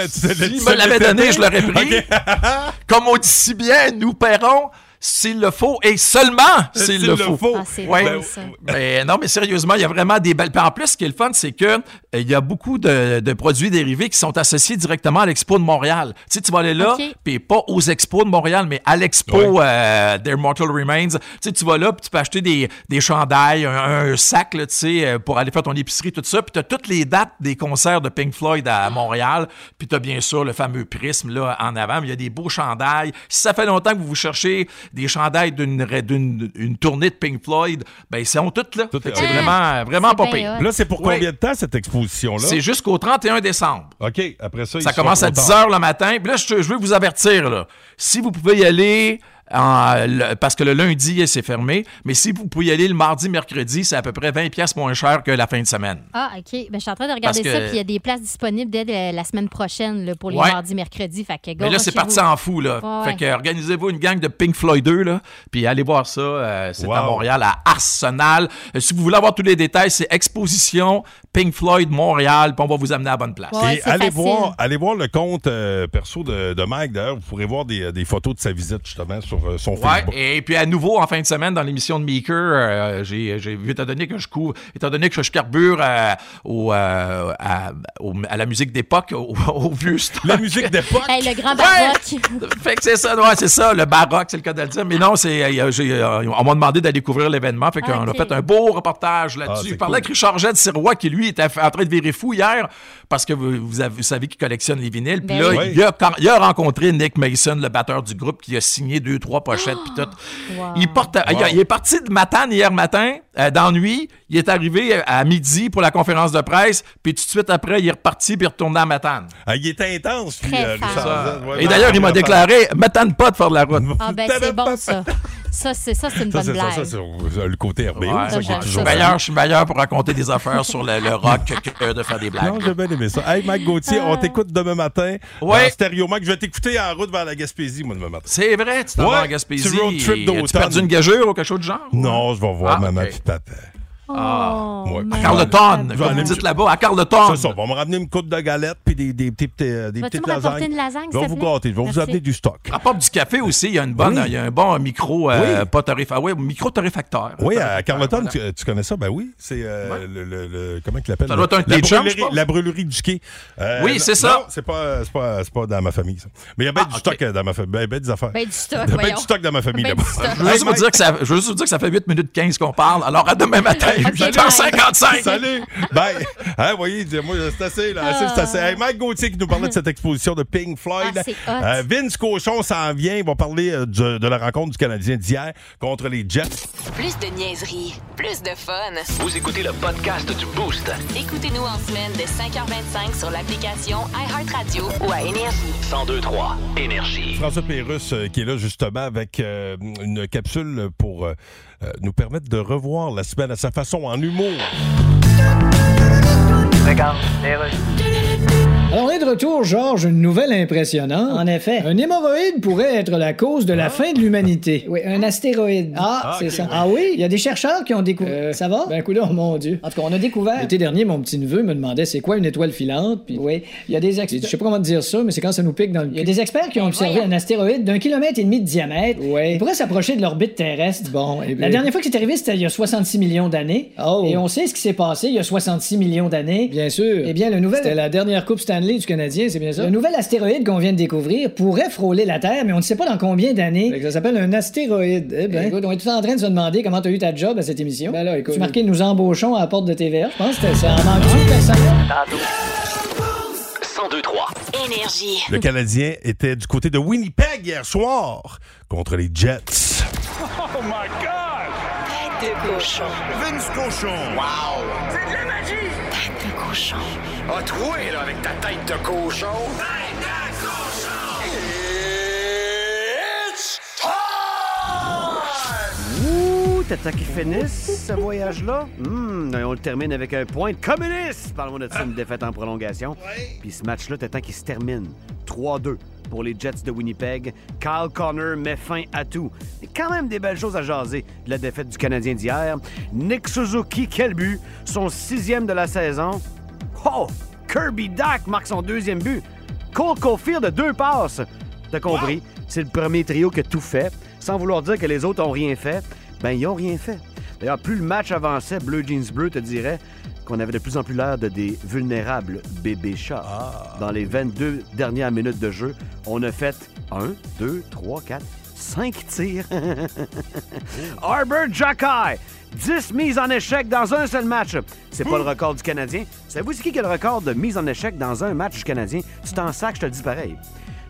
Speaker 12: S'il
Speaker 3: te
Speaker 12: me l'avait
Speaker 3: l'étais
Speaker 12: donné,
Speaker 3: fait?
Speaker 12: je l'aurais pris. [laughs] Comme on dit si bien, nous paierons s'il le faut et seulement s'il le faut.
Speaker 2: Ah, c'est
Speaker 12: Ouais.
Speaker 2: drôle, ça.
Speaker 12: Mais non, mais sérieusement, il y a vraiment des belles. Puis en plus, ce qui est le fun, c'est que euh, il y a beaucoup de, de produits dérivés qui sont associés directement à l'Expo de Montréal. Tu sais, tu vas aller là,
Speaker 2: Ok.
Speaker 12: puis pas aux Expos de Montréal, mais à l'Expo
Speaker 2: Ouais.
Speaker 12: euh, Their Mortal Remains. Tu sais, tu vas là, puis tu peux acheter des, des chandails, un, un sac, là, tu sais, euh, pour aller faire ton épicerie, tout ça. Puis tu as toutes les dates des concerts de Pink Floyd à Montréal. Puis tu as bien sûr le fameux prisme là, en avant. Mais il y a des beaux chandails. Si ça fait longtemps que vous vous cherchez des chandails d'une ra- d'une une tournée de Pink Floyd, ben ils sont toutes là. Fait que c'est
Speaker 3: Ah,
Speaker 12: vraiment, vraiment pas pire.
Speaker 3: Là, c'est pour
Speaker 12: Oui.
Speaker 3: combien de temps cette exposition-là?
Speaker 12: C'est jusqu'au 31 décembre.
Speaker 3: OK, après ça, ils
Speaker 12: Ça
Speaker 3: sont
Speaker 12: commence à
Speaker 3: contents.
Speaker 12: 10 h le matin. Puis là, je, je veux vous avertir, là. si vous pouvez y aller, en- le- parce que le lundi, c'est fermé, mais si vous pouvez y aller le mardi, mercredi, c'est à peu près 20 pièces moins cher que la fin de semaine.
Speaker 6: Ah, OK. Ben, je suis en train de regarder
Speaker 12: Parce
Speaker 6: ça,
Speaker 12: que-
Speaker 6: puis il y a des places disponibles dès euh, la semaine prochaine là, pour les
Speaker 12: Ouais.
Speaker 6: mardis, mercredis. Fait que,
Speaker 12: Mais là, c'est parti en fou, là. Fait que organisez-vous une gang de Pink Floyd 2, là, puis allez voir ça. euh, c'est à Montréal, à Arsenal. Euh, si vous voulez avoir tous les détails, c'est Exposition Pink Floyd Montréal, puis on va vous amener à la bonne place.
Speaker 3: Et allez voir, allez voir le compte euh, perso de, de Mike, d'ailleurs. Vous pourrez voir des, des photos de sa visite, justement, sur euh, son
Speaker 12: Ouais,
Speaker 3: Facebook.
Speaker 12: et puis à nouveau, en fin de semaine, dans l'émission de Meeker, euh, j'ai, j'ai vu, étant donné que je couvre, étant donné que je carbure euh, au, euh, à, au- à la musique d'époque, au, [laughs] au vieux La
Speaker 3: musique d'époque?
Speaker 6: Hey, le grand baroque.
Speaker 12: [laughs] fait que c'est ça, ouais, c'est ça, le baroque, c'est le cas de le dire. Mais non, c'est, euh, j'ai, euh, on m'a demandé d'aller couvrir l'événement, fait qu'on
Speaker 2: Ok.
Speaker 12: a fait un beau reportage
Speaker 2: Ah,
Speaker 12: là-dessus.
Speaker 2: c'est
Speaker 12: Je parlais avec
Speaker 2: cool.
Speaker 12: Richard Jett Sirois, qui lui était en train de virer fou hier, parce que vous, vous avez- vous savez qu'il collectionne les vinyles. Puis
Speaker 2: Ben
Speaker 12: là,
Speaker 2: oui.
Speaker 12: il, a, quand- il a rencontré Nick Mason, le batteur du groupe, qui a signé deux, trois pochettes, puis tout. Il, porte- il a- il est parti de Matane hier matin, euh, d'ennui. Il est arrivé euh, à midi pour la conférence de presse, puis tout de suite après, il est reparti, puis retourné à Matane.
Speaker 3: Ah, il est intense, lui,
Speaker 6: Très
Speaker 3: euh, Richard
Speaker 6: fort.
Speaker 3: Zed. Ouais, ben,
Speaker 12: Et d'ailleurs, il m'a
Speaker 3: Richard.
Speaker 12: déclaré Matane pas de faire de la route.
Speaker 6: Ah, ben, c'est bon, ça. Ça, c'est ça, c'est une
Speaker 12: Ça, c'est
Speaker 6: bonne
Speaker 12: ça,
Speaker 6: blague.
Speaker 12: ça,
Speaker 3: Ça, c'est euh, le côté RBO,
Speaker 12: Ouais,
Speaker 3: ça,
Speaker 12: je
Speaker 3: qui est
Speaker 12: je suis
Speaker 3: toujours
Speaker 12: meilleur, je suis meilleur pour raconter des affaires sur le, le rock que, que de faire des blagues.
Speaker 3: Non, j'ai bien aimé ça. Hey, Mike Gauthier, on t'écoute demain matin.
Speaker 12: Ouais.
Speaker 3: dans Stéréo Mike, je vais t'écouter en route vers la Gaspésie, moi, demain matin.
Speaker 12: C'est vrai, tu t'en vas en Gaspésie.
Speaker 3: Tu road trip
Speaker 12: As-tu
Speaker 3: d'automne.
Speaker 12: perdu une gageure ou quelque chose de genre?
Speaker 3: Non, je vais voir
Speaker 12: Ah,
Speaker 3: maman
Speaker 12: ok.
Speaker 3: puis papa.
Speaker 6: Oh,
Speaker 12: Ah.
Speaker 3: Ouais.
Speaker 12: À Carleton,
Speaker 3: Je vais
Speaker 12: comme
Speaker 3: aller
Speaker 12: vous
Speaker 3: me-
Speaker 12: dites là-bas, à Carleton.
Speaker 3: C'est ça, on va me ramener une coupe de galettes puis des, des, petits- euh, des
Speaker 6: Vas-tu
Speaker 3: petites
Speaker 6: me rapporter
Speaker 3: lasagnes.
Speaker 6: une lasagne,
Speaker 3: Je vais
Speaker 6: s'il te
Speaker 3: vous
Speaker 6: plaît?
Speaker 3: gâter, je vais vous
Speaker 6: Merci.
Speaker 3: amener du stock.
Speaker 12: À part du café aussi, il y a une bonne,
Speaker 3: Oui.
Speaker 12: il y a un bon micro, euh, pas torréfa- ouais, micro torréfacteur.
Speaker 3: Oui, à Carleton, tu, tu connais ça? Ben oui, c'est euh, le, le- le- Comment il l'appelle?
Speaker 12: Ça doit être un de
Speaker 3: la,
Speaker 12: tes chums,
Speaker 3: brûlerie-
Speaker 12: je pense.
Speaker 3: la brûlerie du quai. Euh,
Speaker 12: Oui,
Speaker 3: non-
Speaker 12: c'est ça. Ah,
Speaker 3: Non, c'est pas, euh, c'est pas, c'est pas dans ma famille, ça. Mais il y a bien du stock euh, dans ma famille. Ben, ben des affaires.
Speaker 6: Ben, du stock,
Speaker 3: Ben,
Speaker 6: voyons.
Speaker 3: du stock dans ma famille,
Speaker 6: Ben,
Speaker 3: là-bas.
Speaker 6: du stock.
Speaker 12: Je veux, juste vous dire que ça, je veux juste vous dire que ça fait 8 minutes 15 qu'on parle. Alors à demain
Speaker 3: [laughs]
Speaker 12: matin, 8h55.
Speaker 3: Salut! Bye! Hein, voyez, moi, c'est assez, là, assez, c'est assez. Hey, Mike Gauthier qui nous parlait de cette exposition de Pink Floyd.
Speaker 2: Ah, c'est hot.
Speaker 3: Euh, Vince Cochon s'en vient. Il va parler euh, du- de la rencontre du Canadien d'hier contre les Jets.
Speaker 1: Plus de niaiserie, plus de fun.
Speaker 2: Vous écoutez le podcast du Boost.
Speaker 1: Écoutez-nous en semaine de 5h25 sur l'application iHeartRadio ou à Énergie.
Speaker 2: 1023 Énergie.
Speaker 3: François Pérusse euh, qui est là justement avec euh, une capsule pour euh, euh, nous permettre de revoir la semaine à sa façon en humour.
Speaker 4: Alors, on est de retour, Georges, une nouvelle impressionnante. En effet. Un hémorroïde pourrait être la cause de la fin de l'humanité.
Speaker 13: Oui, un astéroïde.
Speaker 4: Ah, c'est ça. Ah oui? Il y a des chercheurs qui ont découvert. ça va? Ben, coudonc, mon Dieu. En tout cas, on a découvert. L'été dernier, mon petit-neveu me demandait c'est quoi une étoile filante. Puis... Oui. Il y a des experts. Je sais pas comment te dire ça, mais c'est quand ça nous pique dans le. Il y a des experts qui ont observé un astéroïde d'un kilomètre et demi de diamètre. Oui. Il pourrait s'approcher de l'orbite terrestre. Bon, et La
Speaker 13: puis-
Speaker 4: dernière fois que c'est arrivé, c'était il y a 66 millions d'années. Et on sait ce qui s'est passé il y a 66 millions d'années. Bien sûr. Eh bien, le nouvel. C'était la dernière Coupe Stanley du Canadien, c'est bien ça? Le nouvel astéroïde qu'on vient de découvrir pourrait frôler la Terre, mais on ne sait pas dans combien d'années. Ça s'appelle un astéroïde. Eh ben. Écoute, on est tous en train de se demander comment t'as eu ta job à cette émission. Ben là, écoute. Tu marquais nous embauchons à la porte de TVA. Je pense que c'était ça. En manque-tu, personne?
Speaker 1: 1023. Énergie.
Speaker 3: Le Canadien était du côté de Winnipeg hier soir contre les Jets.
Speaker 1: Oh my God! Tête de cochon. Vince cochon. Wow! C'est de la magie! Tête de cochon.
Speaker 2: Ah, troué, là, avec ta tête de cochon. Tête de cochon! It's
Speaker 15: Ouh, t'attends qu'il finisse, ce voyage-là? Hum, on le termine avec un point de communiste! Parlons de ça, une défaite en prolongation. Puis ce match-là, t'attends qu'il se termine. 3-2 pour les Jets de Winnipeg. Kyle Connor met fin à tout. Mais quand même des belles choses à jaser de la défaite du Canadien d'hier. Nick Suzuki, quel but! Son sixième de la saison. Oh! Kirby Dak marque son deuxième but. Cole Caulfield de deux passes. T'as compris? C'est le premier trio qui a tout fait. Sans vouloir dire que les autres ont rien fait, ben ils ont rien fait. D'ailleurs, plus le match avançait, Bleu Jeans Bleu te dirait qu'on avait de plus en plus l'air de des vulnérables bébés chats. Dans les 22 dernières minutes de jeu, on a fait 1, 2, 3, 4, 5 tirs. [laughs] Arbor Jacky, 10 mises en échec dans un seul match. C'est pas le
Speaker 2: Hmm.
Speaker 15: record du Canadien. Savez-vous c'est qui qui a le record de mise en échec dans un match du Canadien? Tu t'en sacs, je te le dis pareil.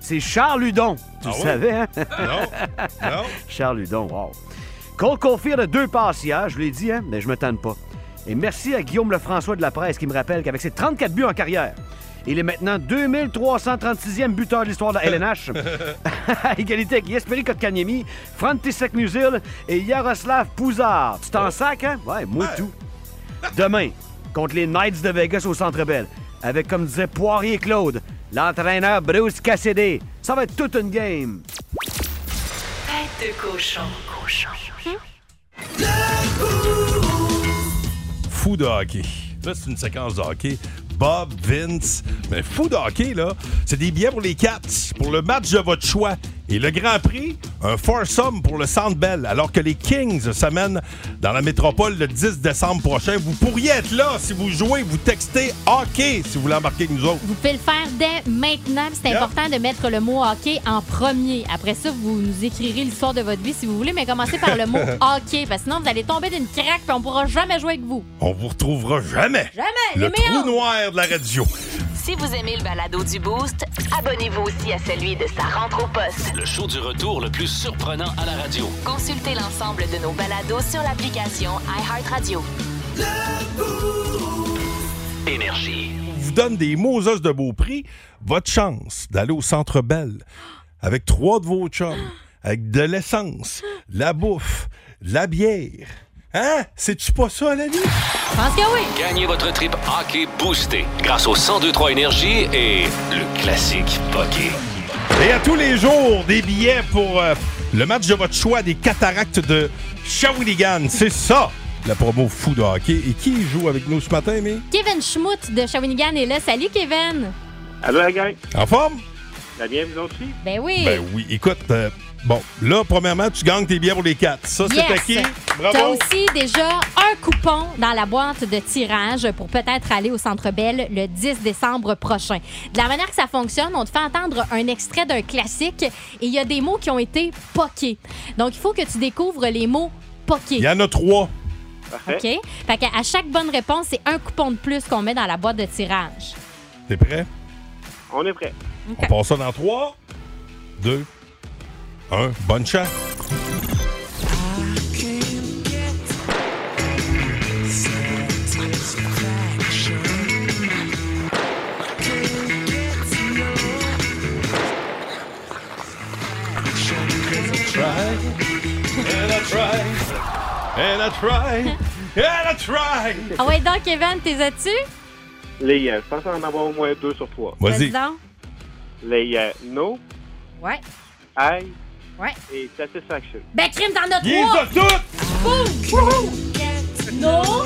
Speaker 15: C'est Charles Hudon. Tu
Speaker 2: Ah
Speaker 15: le
Speaker 2: ouais?
Speaker 15: savais, hein?
Speaker 2: Non, non.
Speaker 15: [laughs] Charles Hudon, wow. Cole Caulfield a deux passes hier, je l'ai dit, hein, mais je me tanne pas. Et merci à Guillaume Lefrançois de la presse qui me rappelle qu'avec ses 34 buts en carrière, il est maintenant 2336e buteur de l'histoire de la LNH. [laughs] à égalité avec Jesperi Kotkaniemi, Frantisek Musil et Yaroslav Pouzard. Tu t'en sacs, hein? Ouais, moi tout. Demain, contre les Knights de Vegas au Centre Bell, avec, comme disait Poirier Claude, l'entraîneur Bruce Cassidy. Ça va être toute une game.
Speaker 1: Tête de cochon. Cochon.
Speaker 3: Fou de hockey. Là, c'est une séquence de hockey. Bob, Vince, mais fou de hockey, là. C'est des billets pour les Cats, pour le match de votre choix. Et le Grand Prix, un foursome pour le Centre Bell, alors que les Kings s'amènent dans la métropole le 10 décembre prochain. Vous pourriez être là si vous jouez, vous textez hockey si vous voulez embarquer avec nous autres.
Speaker 6: Vous pouvez le faire dès maintenant. puis C'est
Speaker 3: Yeah.
Speaker 6: important de mettre le mot hockey en premier. Après ça, vous nous écrirez l'histoire de votre vie si vous voulez, mais commencez par le mot hockey, parce que sinon, vous allez tomber d'une craque et on pourra jamais jouer avec vous.
Speaker 3: On vous retrouvera jamais.
Speaker 6: Jamais,
Speaker 3: Le
Speaker 6: les meilleurs.
Speaker 3: trou noir de la radio.
Speaker 1: Si vous aimez le balado du Boost, abonnez-vous aussi à celui de sa rentre au poste.
Speaker 2: Le show du retour le plus surprenant à la radio.
Speaker 1: Consultez l'ensemble de nos balados sur l'application iHeartRadio.
Speaker 2: Énergie.
Speaker 3: On vous donne des Moses de beau prix. Votre chance d'aller au Centre Belle avec trois de vos chums, avec de l'essence, de la bouffe, de la bière. Hein? C'est-tu pas ça, la vie?
Speaker 6: Je pense que oui.
Speaker 2: Gagnez votre trip hockey boosté grâce au 1023 Énergie et le classique hockey.
Speaker 3: Et à tous les jours, des billets pour euh, le match de votre choix des cataractes de Shawinigan. C'est ça, la promo fou de hockey. Et qui joue avec nous ce matin, mais
Speaker 6: Kevin Schmout de Shawinigan est là. Salut, Kevin.
Speaker 3: Allô, la gang. En forme?
Speaker 11: La bien, vous aussi?
Speaker 6: Ben oui.
Speaker 3: Ben oui. Écoute, euh, bon, là, premièrement, tu gagnes tes billets pour les quatre. Ça, c'est
Speaker 6: Yes.
Speaker 3: acquis.
Speaker 6: T'as
Speaker 3: Bravo.
Speaker 6: aussi déjà un coupon dans la boîte de tirage pour peut-être aller au Centre Bell le 10 décembre prochain. De la manière que ça fonctionne, on te fait entendre un extrait d'un classique et il y a des mots qui ont été poqués. Donc, il faut que tu découvres les mots poqués.
Speaker 3: Il y en a trois.
Speaker 6: OK? Fait qu'à à chaque bonne réponse, c'est un coupon de plus qu'on met dans la boîte de tirage.
Speaker 3: T'es prêt?
Speaker 11: On est prêt.
Speaker 3: On passe ça dans 3, 2, 1. Bonne chance. And I try. And I try. And I try.
Speaker 6: Ah ouais, donc, Evan, t'es tu
Speaker 11: Les, euh, je pense en avoir au moins deux sur trois.
Speaker 3: Vas-y.
Speaker 11: Les euh, No,
Speaker 6: Ouais.
Speaker 11: I
Speaker 6: Ouais.
Speaker 11: et Satisfaction.
Speaker 6: Ben, crime, t'en as
Speaker 11: Yes,
Speaker 6: trois!
Speaker 11: of
Speaker 6: Boum! No,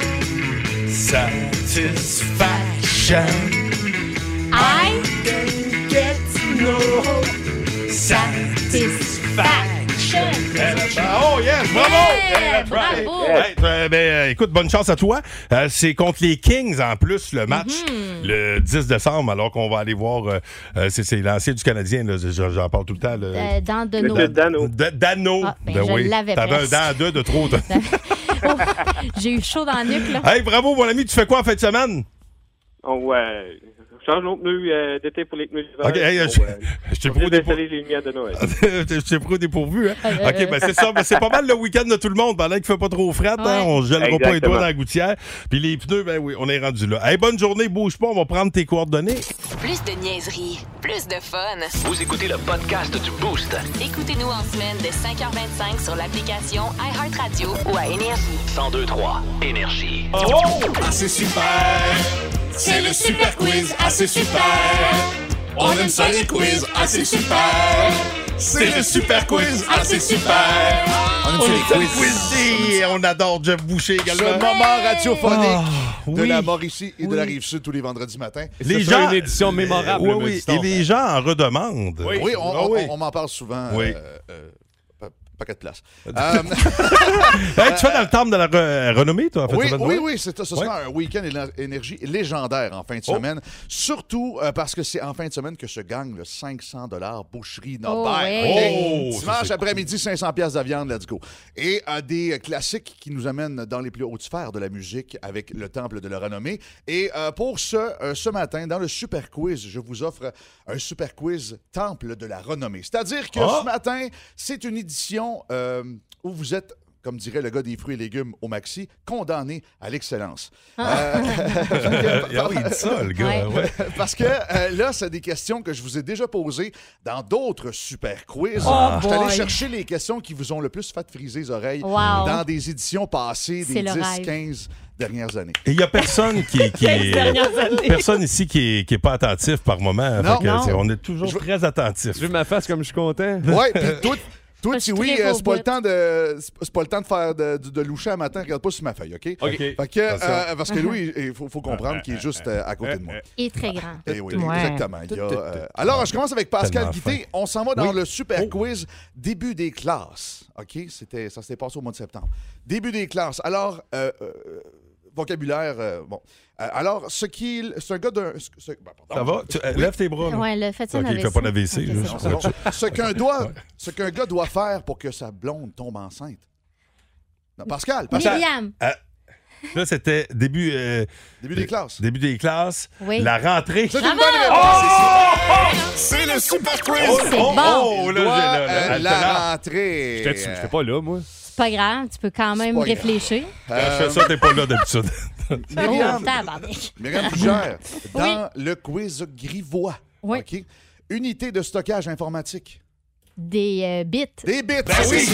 Speaker 12: Satisfaction.
Speaker 6: I
Speaker 12: get no
Speaker 6: satisfaction.
Speaker 3: Oh, yes, bravo!
Speaker 6: Yeah, bravo!
Speaker 3: Hey, euh, ben, euh, écoute, bonne chance à toi. Euh, c'est contre les Kings en plus le match
Speaker 6: Mm-hmm.
Speaker 3: le 10 décembre, alors qu'on va aller voir. euh, euh, c'est c'est l'ancien du Canadien, là, j'en j'en parle tout le temps. là.
Speaker 6: Euh, dans de nos-
Speaker 3: Da- Dano.
Speaker 6: Ah, ben,
Speaker 3: Ben
Speaker 6: je
Speaker 3: oui.
Speaker 6: l'avais
Speaker 3: T'avais un
Speaker 6: presque.
Speaker 3: dent à deux de trop.
Speaker 6: [laughs]
Speaker 3: toi.
Speaker 6: J'ai eu chaud dans le nuque, là.
Speaker 3: hey, bravo, mon ami, tu fais quoi en fin de semaine?
Speaker 11: On euh, change nos pneus euh, d'été pour les pneus d'hiver.
Speaker 3: Ok, hey,
Speaker 11: On,
Speaker 3: je-
Speaker 11: euh,
Speaker 3: je t'ai
Speaker 11: on vient
Speaker 3: prouvé pour-
Speaker 11: d'installer les lumières de Noël.
Speaker 3: [laughs] je t'ai pris au dépourvu, hein?
Speaker 11: Euh,
Speaker 3: OK, ben c'est ça. Ben, c'est pas mal le week-end de tout le monde. Pendant qu'il fait pas trop fret, hein,
Speaker 11: Ouais.
Speaker 3: on se gèlera pas les
Speaker 11: Exactement.
Speaker 3: doigts dans la gouttière. Puis les pneus, ben oui, on est rendu là. Hey, bonne journée, bouge pas, on va prendre tes coordonnées.
Speaker 16: Plus de niaiserie, plus de fun.
Speaker 2: Vous écoutez le podcast du Boost.
Speaker 16: Écoutez-nous en semaine de 5h25 sur l'application iHeartRadio ou à Énergie.
Speaker 2: 1023 Énergie.
Speaker 3: oh.
Speaker 12: Ah, c'est super! C'est le super quiz, ah, c'est super! On aime ça les quiz, ah, c'est super!
Speaker 3: C'est le super quiz, ah, c'est super!
Speaker 12: On aime
Speaker 3: On
Speaker 12: ça, les
Speaker 3: est
Speaker 12: quiz.
Speaker 3: quiz. Et on adore Jeff Boucher également. Ah,
Speaker 17: Le moment radiophonique de
Speaker 3: oui.
Speaker 17: la Mauricie et de
Speaker 3: Oui.
Speaker 17: la Rive-Sud tous les vendredis matins.
Speaker 3: Oui, oui. Et les gens en redemandent.
Speaker 17: Oui, on,
Speaker 3: Ah
Speaker 17: on-
Speaker 3: oui.
Speaker 17: on m'en parle souvent.
Speaker 3: Oui.
Speaker 17: euh, euh, pa- paquet
Speaker 3: [laughs]
Speaker 17: de place. Euh,
Speaker 3: Hey, tu fais dans le temple de la re- renommée, toi, en fait.
Speaker 17: oui,
Speaker 3: ça va de
Speaker 17: oui,
Speaker 3: loin?
Speaker 17: oui, c'est- ce sera
Speaker 3: Ouais. Oh.
Speaker 17: un week-end éner- énergie légendaire en fin de semaine. Surtout euh, parce que c'est en fin de semaine que se gagne le 500 boucherie
Speaker 1: Oh,
Speaker 17: Norbert.
Speaker 1: ouais.
Speaker 17: OK?
Speaker 1: Oh, ça,
Speaker 17: Dimanche
Speaker 1: c'est
Speaker 17: après-midi, 500 pièces de viande, let's go. Et euh, des euh, classiques qui nous amènent dans les plus hautes sphères de la musique avec le temple de la renommée. Et euh, pour ce, euh, ce matin, dans le super quiz, je vous offre un super quiz temple de la renommée. C'est-à-dire que
Speaker 1: Ah!
Speaker 17: ce matin, c'est une édition euh, où vous êtes comme dirait le gars des fruits et légumes au maxi, condamné à l'excellence. Euh, [laughs]
Speaker 1: Ah.
Speaker 3: [laughs] Ah oui, il dit ça, le gars, Ouais. ouais.
Speaker 17: Parce que euh, là, c'est des questions que je vous ai déjà posées dans d'autres super quiz.
Speaker 1: Oh
Speaker 17: je suis allé
Speaker 1: boy.
Speaker 17: chercher les questions qui vous ont le plus fait friser les oreilles
Speaker 1: Wow.
Speaker 17: dans des éditions passées
Speaker 1: C'est
Speaker 17: des
Speaker 1: le
Speaker 17: 10,
Speaker 1: rêve.
Speaker 17: 15 dernières années.
Speaker 3: Et il n'y a personne
Speaker 17: [laughs]
Speaker 3: qui, qui
Speaker 17: Quinze dernières années.
Speaker 3: personne ici qui est, qui est pas attentif par moment. hein,
Speaker 17: Non.
Speaker 3: Fait que,
Speaker 17: Non.
Speaker 3: tu sais, On est toujours
Speaker 17: Je veux-
Speaker 3: très attentif. Je ma face comme je suis content. [laughs]
Speaker 17: Ouais, puis toi, toi
Speaker 3: Je
Speaker 17: si
Speaker 3: suis
Speaker 17: oui,
Speaker 3: très
Speaker 17: euh,
Speaker 3: au
Speaker 17: c'est pas
Speaker 3: bout.
Speaker 17: le temps de c'est c'est pas le temps de faire de, de, de loucher à matin, regarde pas sur ma feuille, OK?
Speaker 3: OK.
Speaker 17: Fait que,
Speaker 3: Attention.
Speaker 17: euh, parce que lui, il faut, faut comprendre qu'il est juste euh, à côté de moi.
Speaker 6: Et très
Speaker 3: Ah.
Speaker 6: grand.
Speaker 17: Eh oui,
Speaker 6: Ouais.
Speaker 17: exactement. Il y a, euh, alors, je commence avec Pascal
Speaker 1: Tellement
Speaker 17: Guité.
Speaker 1: fin.
Speaker 17: On s'en va dans
Speaker 1: Oui.
Speaker 17: le super
Speaker 3: Oh.
Speaker 17: quiz début des classes. OK? C'était, ça s'était passé au mois de septembre. Début des classes. Alors, euh, euh, vocabulaire, euh, bon. Euh, alors, ce qu'il. C'est un gars d'un. ce- ce- ben, pardon.
Speaker 3: Ça va? Tu- euh,
Speaker 17: Oui.
Speaker 3: lève tes bras. là.
Speaker 6: Ouais, là, faites ça
Speaker 3: OK,
Speaker 6: un
Speaker 3: il fait
Speaker 6: AVC.
Speaker 3: pas d'AVC.
Speaker 6: OK,
Speaker 3: juste.
Speaker 17: C'est bon. ce, qu'un doit, ce qu'un gars doit faire pour que sa blonde tombe enceinte. Non, Pascal, Pascal.
Speaker 6: Myriam.
Speaker 3: Euh, Là, c'était début... euh,
Speaker 17: Début des classes.
Speaker 3: Début des classes.
Speaker 6: Oui.
Speaker 3: La rentrée.
Speaker 17: C'est une bonne réponse. C'est le super quiz.
Speaker 3: Oh, c'est oh, bon. oh, là,
Speaker 17: Il doit,
Speaker 3: j'ai- là, là,
Speaker 17: euh,
Speaker 3: là,
Speaker 17: la
Speaker 3: là.
Speaker 17: rentrée.
Speaker 3: J'étais-tu- j'étais
Speaker 17: pas là, moi.
Speaker 6: C'est pas grave, tu peux quand même
Speaker 17: pas grave.
Speaker 6: réfléchir.
Speaker 3: Quand je fais ça, t'es pas là d'habitude.
Speaker 17: Myriam.
Speaker 6: Oh,
Speaker 17: [laughs]
Speaker 6: tabarnak.
Speaker 17: Myriam
Speaker 6: [laughs]
Speaker 17: Fugère, dans le quiz grivois. OK? Unité de stockage informatique.
Speaker 6: Des euh, bits.
Speaker 17: Des bits.
Speaker 6: oui.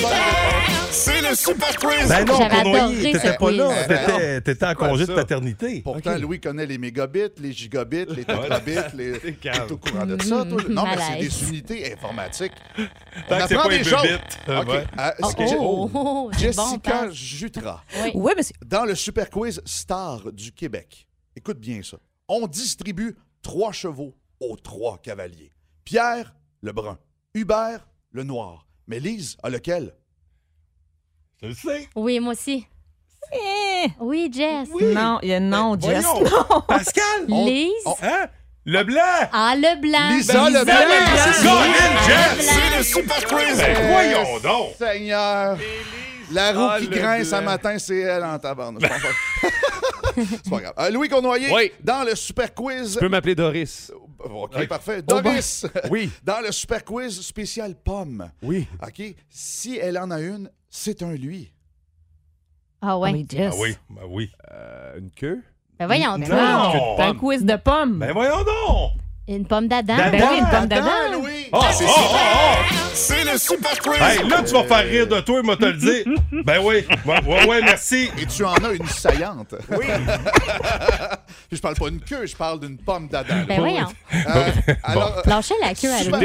Speaker 17: C'est le super quiz.
Speaker 3: Ben non,
Speaker 6: J'avais
Speaker 3: Cournoyer,
Speaker 6: adoré
Speaker 3: t'étais
Speaker 6: ce
Speaker 3: pas là.
Speaker 17: quiz.
Speaker 3: T'étais- T'étais en
Speaker 17: Quoi,
Speaker 3: congé de
Speaker 17: Ben ça?
Speaker 3: paternité.
Speaker 17: Pourtant, Louis connaît les mégabits, les gigabits, les tétrabits, les.
Speaker 3: calme.
Speaker 17: T'es au courant de ça, toi?
Speaker 6: Mm,
Speaker 17: Non, mais c'est
Speaker 6: malaise.
Speaker 17: des unités informatiques.
Speaker 3: Tant que c'est pas les
Speaker 17: choses.
Speaker 3: bits, euh,
Speaker 17: OK.
Speaker 3: ouais.
Speaker 17: Euh,
Speaker 6: Oh,
Speaker 17: c'est-
Speaker 6: oh, oh, c'est bon,
Speaker 17: Jessica
Speaker 6: Pat.
Speaker 17: Jutra.
Speaker 6: Oui.
Speaker 17: mais Dans le super quiz Star du Québec. Écoute bien ça. On distribue trois chevaux aux trois cavaliers. Pierre, le brun. Hubert, le noir. Mais Lise, à lequel?
Speaker 3: Je le sais.
Speaker 6: Oui, moi aussi. Oui, Jess.
Speaker 10: Non, il y a non, Jess.
Speaker 3: voyons.
Speaker 10: Non.
Speaker 3: Pascal!
Speaker 6: Lise.
Speaker 3: Hein? Le blanc!
Speaker 6: Ah, le blanc.
Speaker 3: Lisa Leblanc.
Speaker 17: Lisa
Speaker 3: Colin Jeff,
Speaker 17: Leblanc.
Speaker 3: c'est le super quiz. Ben,
Speaker 17: Euh,
Speaker 3: voyons donc.
Speaker 17: Seigneur. La roue
Speaker 3: Ah,
Speaker 17: qui
Speaker 3: le
Speaker 17: grince
Speaker 3: blanc.
Speaker 17: un matin, c'est elle en tabarnak. C'est pas- [laughs] C'est pas grave. Euh, Louis Cournoyer, dans le super
Speaker 18: [laughs]
Speaker 17: quiz.
Speaker 18: Tu peux m'appeler Doris.
Speaker 17: OK,
Speaker 18: Ouais.
Speaker 17: parfait.
Speaker 18: Oh,
Speaker 17: Doris. [laughs]
Speaker 18: Oui.
Speaker 17: Dans le super quiz spécial pomme.
Speaker 18: Oui.
Speaker 17: OK. Si elle en a une, c'est un lui.
Speaker 6: Ah ouais.
Speaker 3: Ah oui, ben oui.
Speaker 18: Euh, une queue?
Speaker 6: Ben voyons
Speaker 3: Non.
Speaker 6: donc.
Speaker 3: Non.
Speaker 6: quiz de pommes.
Speaker 3: Ben voyons donc.
Speaker 6: Une pomme d'Adam.
Speaker 3: D'Adam. Ben oui, une pomme
Speaker 17: d'Adam, Louis.
Speaker 3: Oh,
Speaker 1: Ah,
Speaker 3: oh,
Speaker 1: c'est
Speaker 3: oh,
Speaker 1: super!
Speaker 3: oh,
Speaker 8: C'est le super
Speaker 3: oh.
Speaker 8: quiz!
Speaker 3: Hey, là, tu vas faire rire de toi, moi, te le
Speaker 17: [laughs]
Speaker 3: dire. Ben oui. Ouais, ouais, ouais, merci.
Speaker 17: Et tu en as une saillante. [laughs] Oui. je parle pas d'une queue, je parle d'une pomme d'Adam.
Speaker 6: Ben voyons.
Speaker 17: Euh, alors, euh,
Speaker 6: Lâchez la queue à l'eau.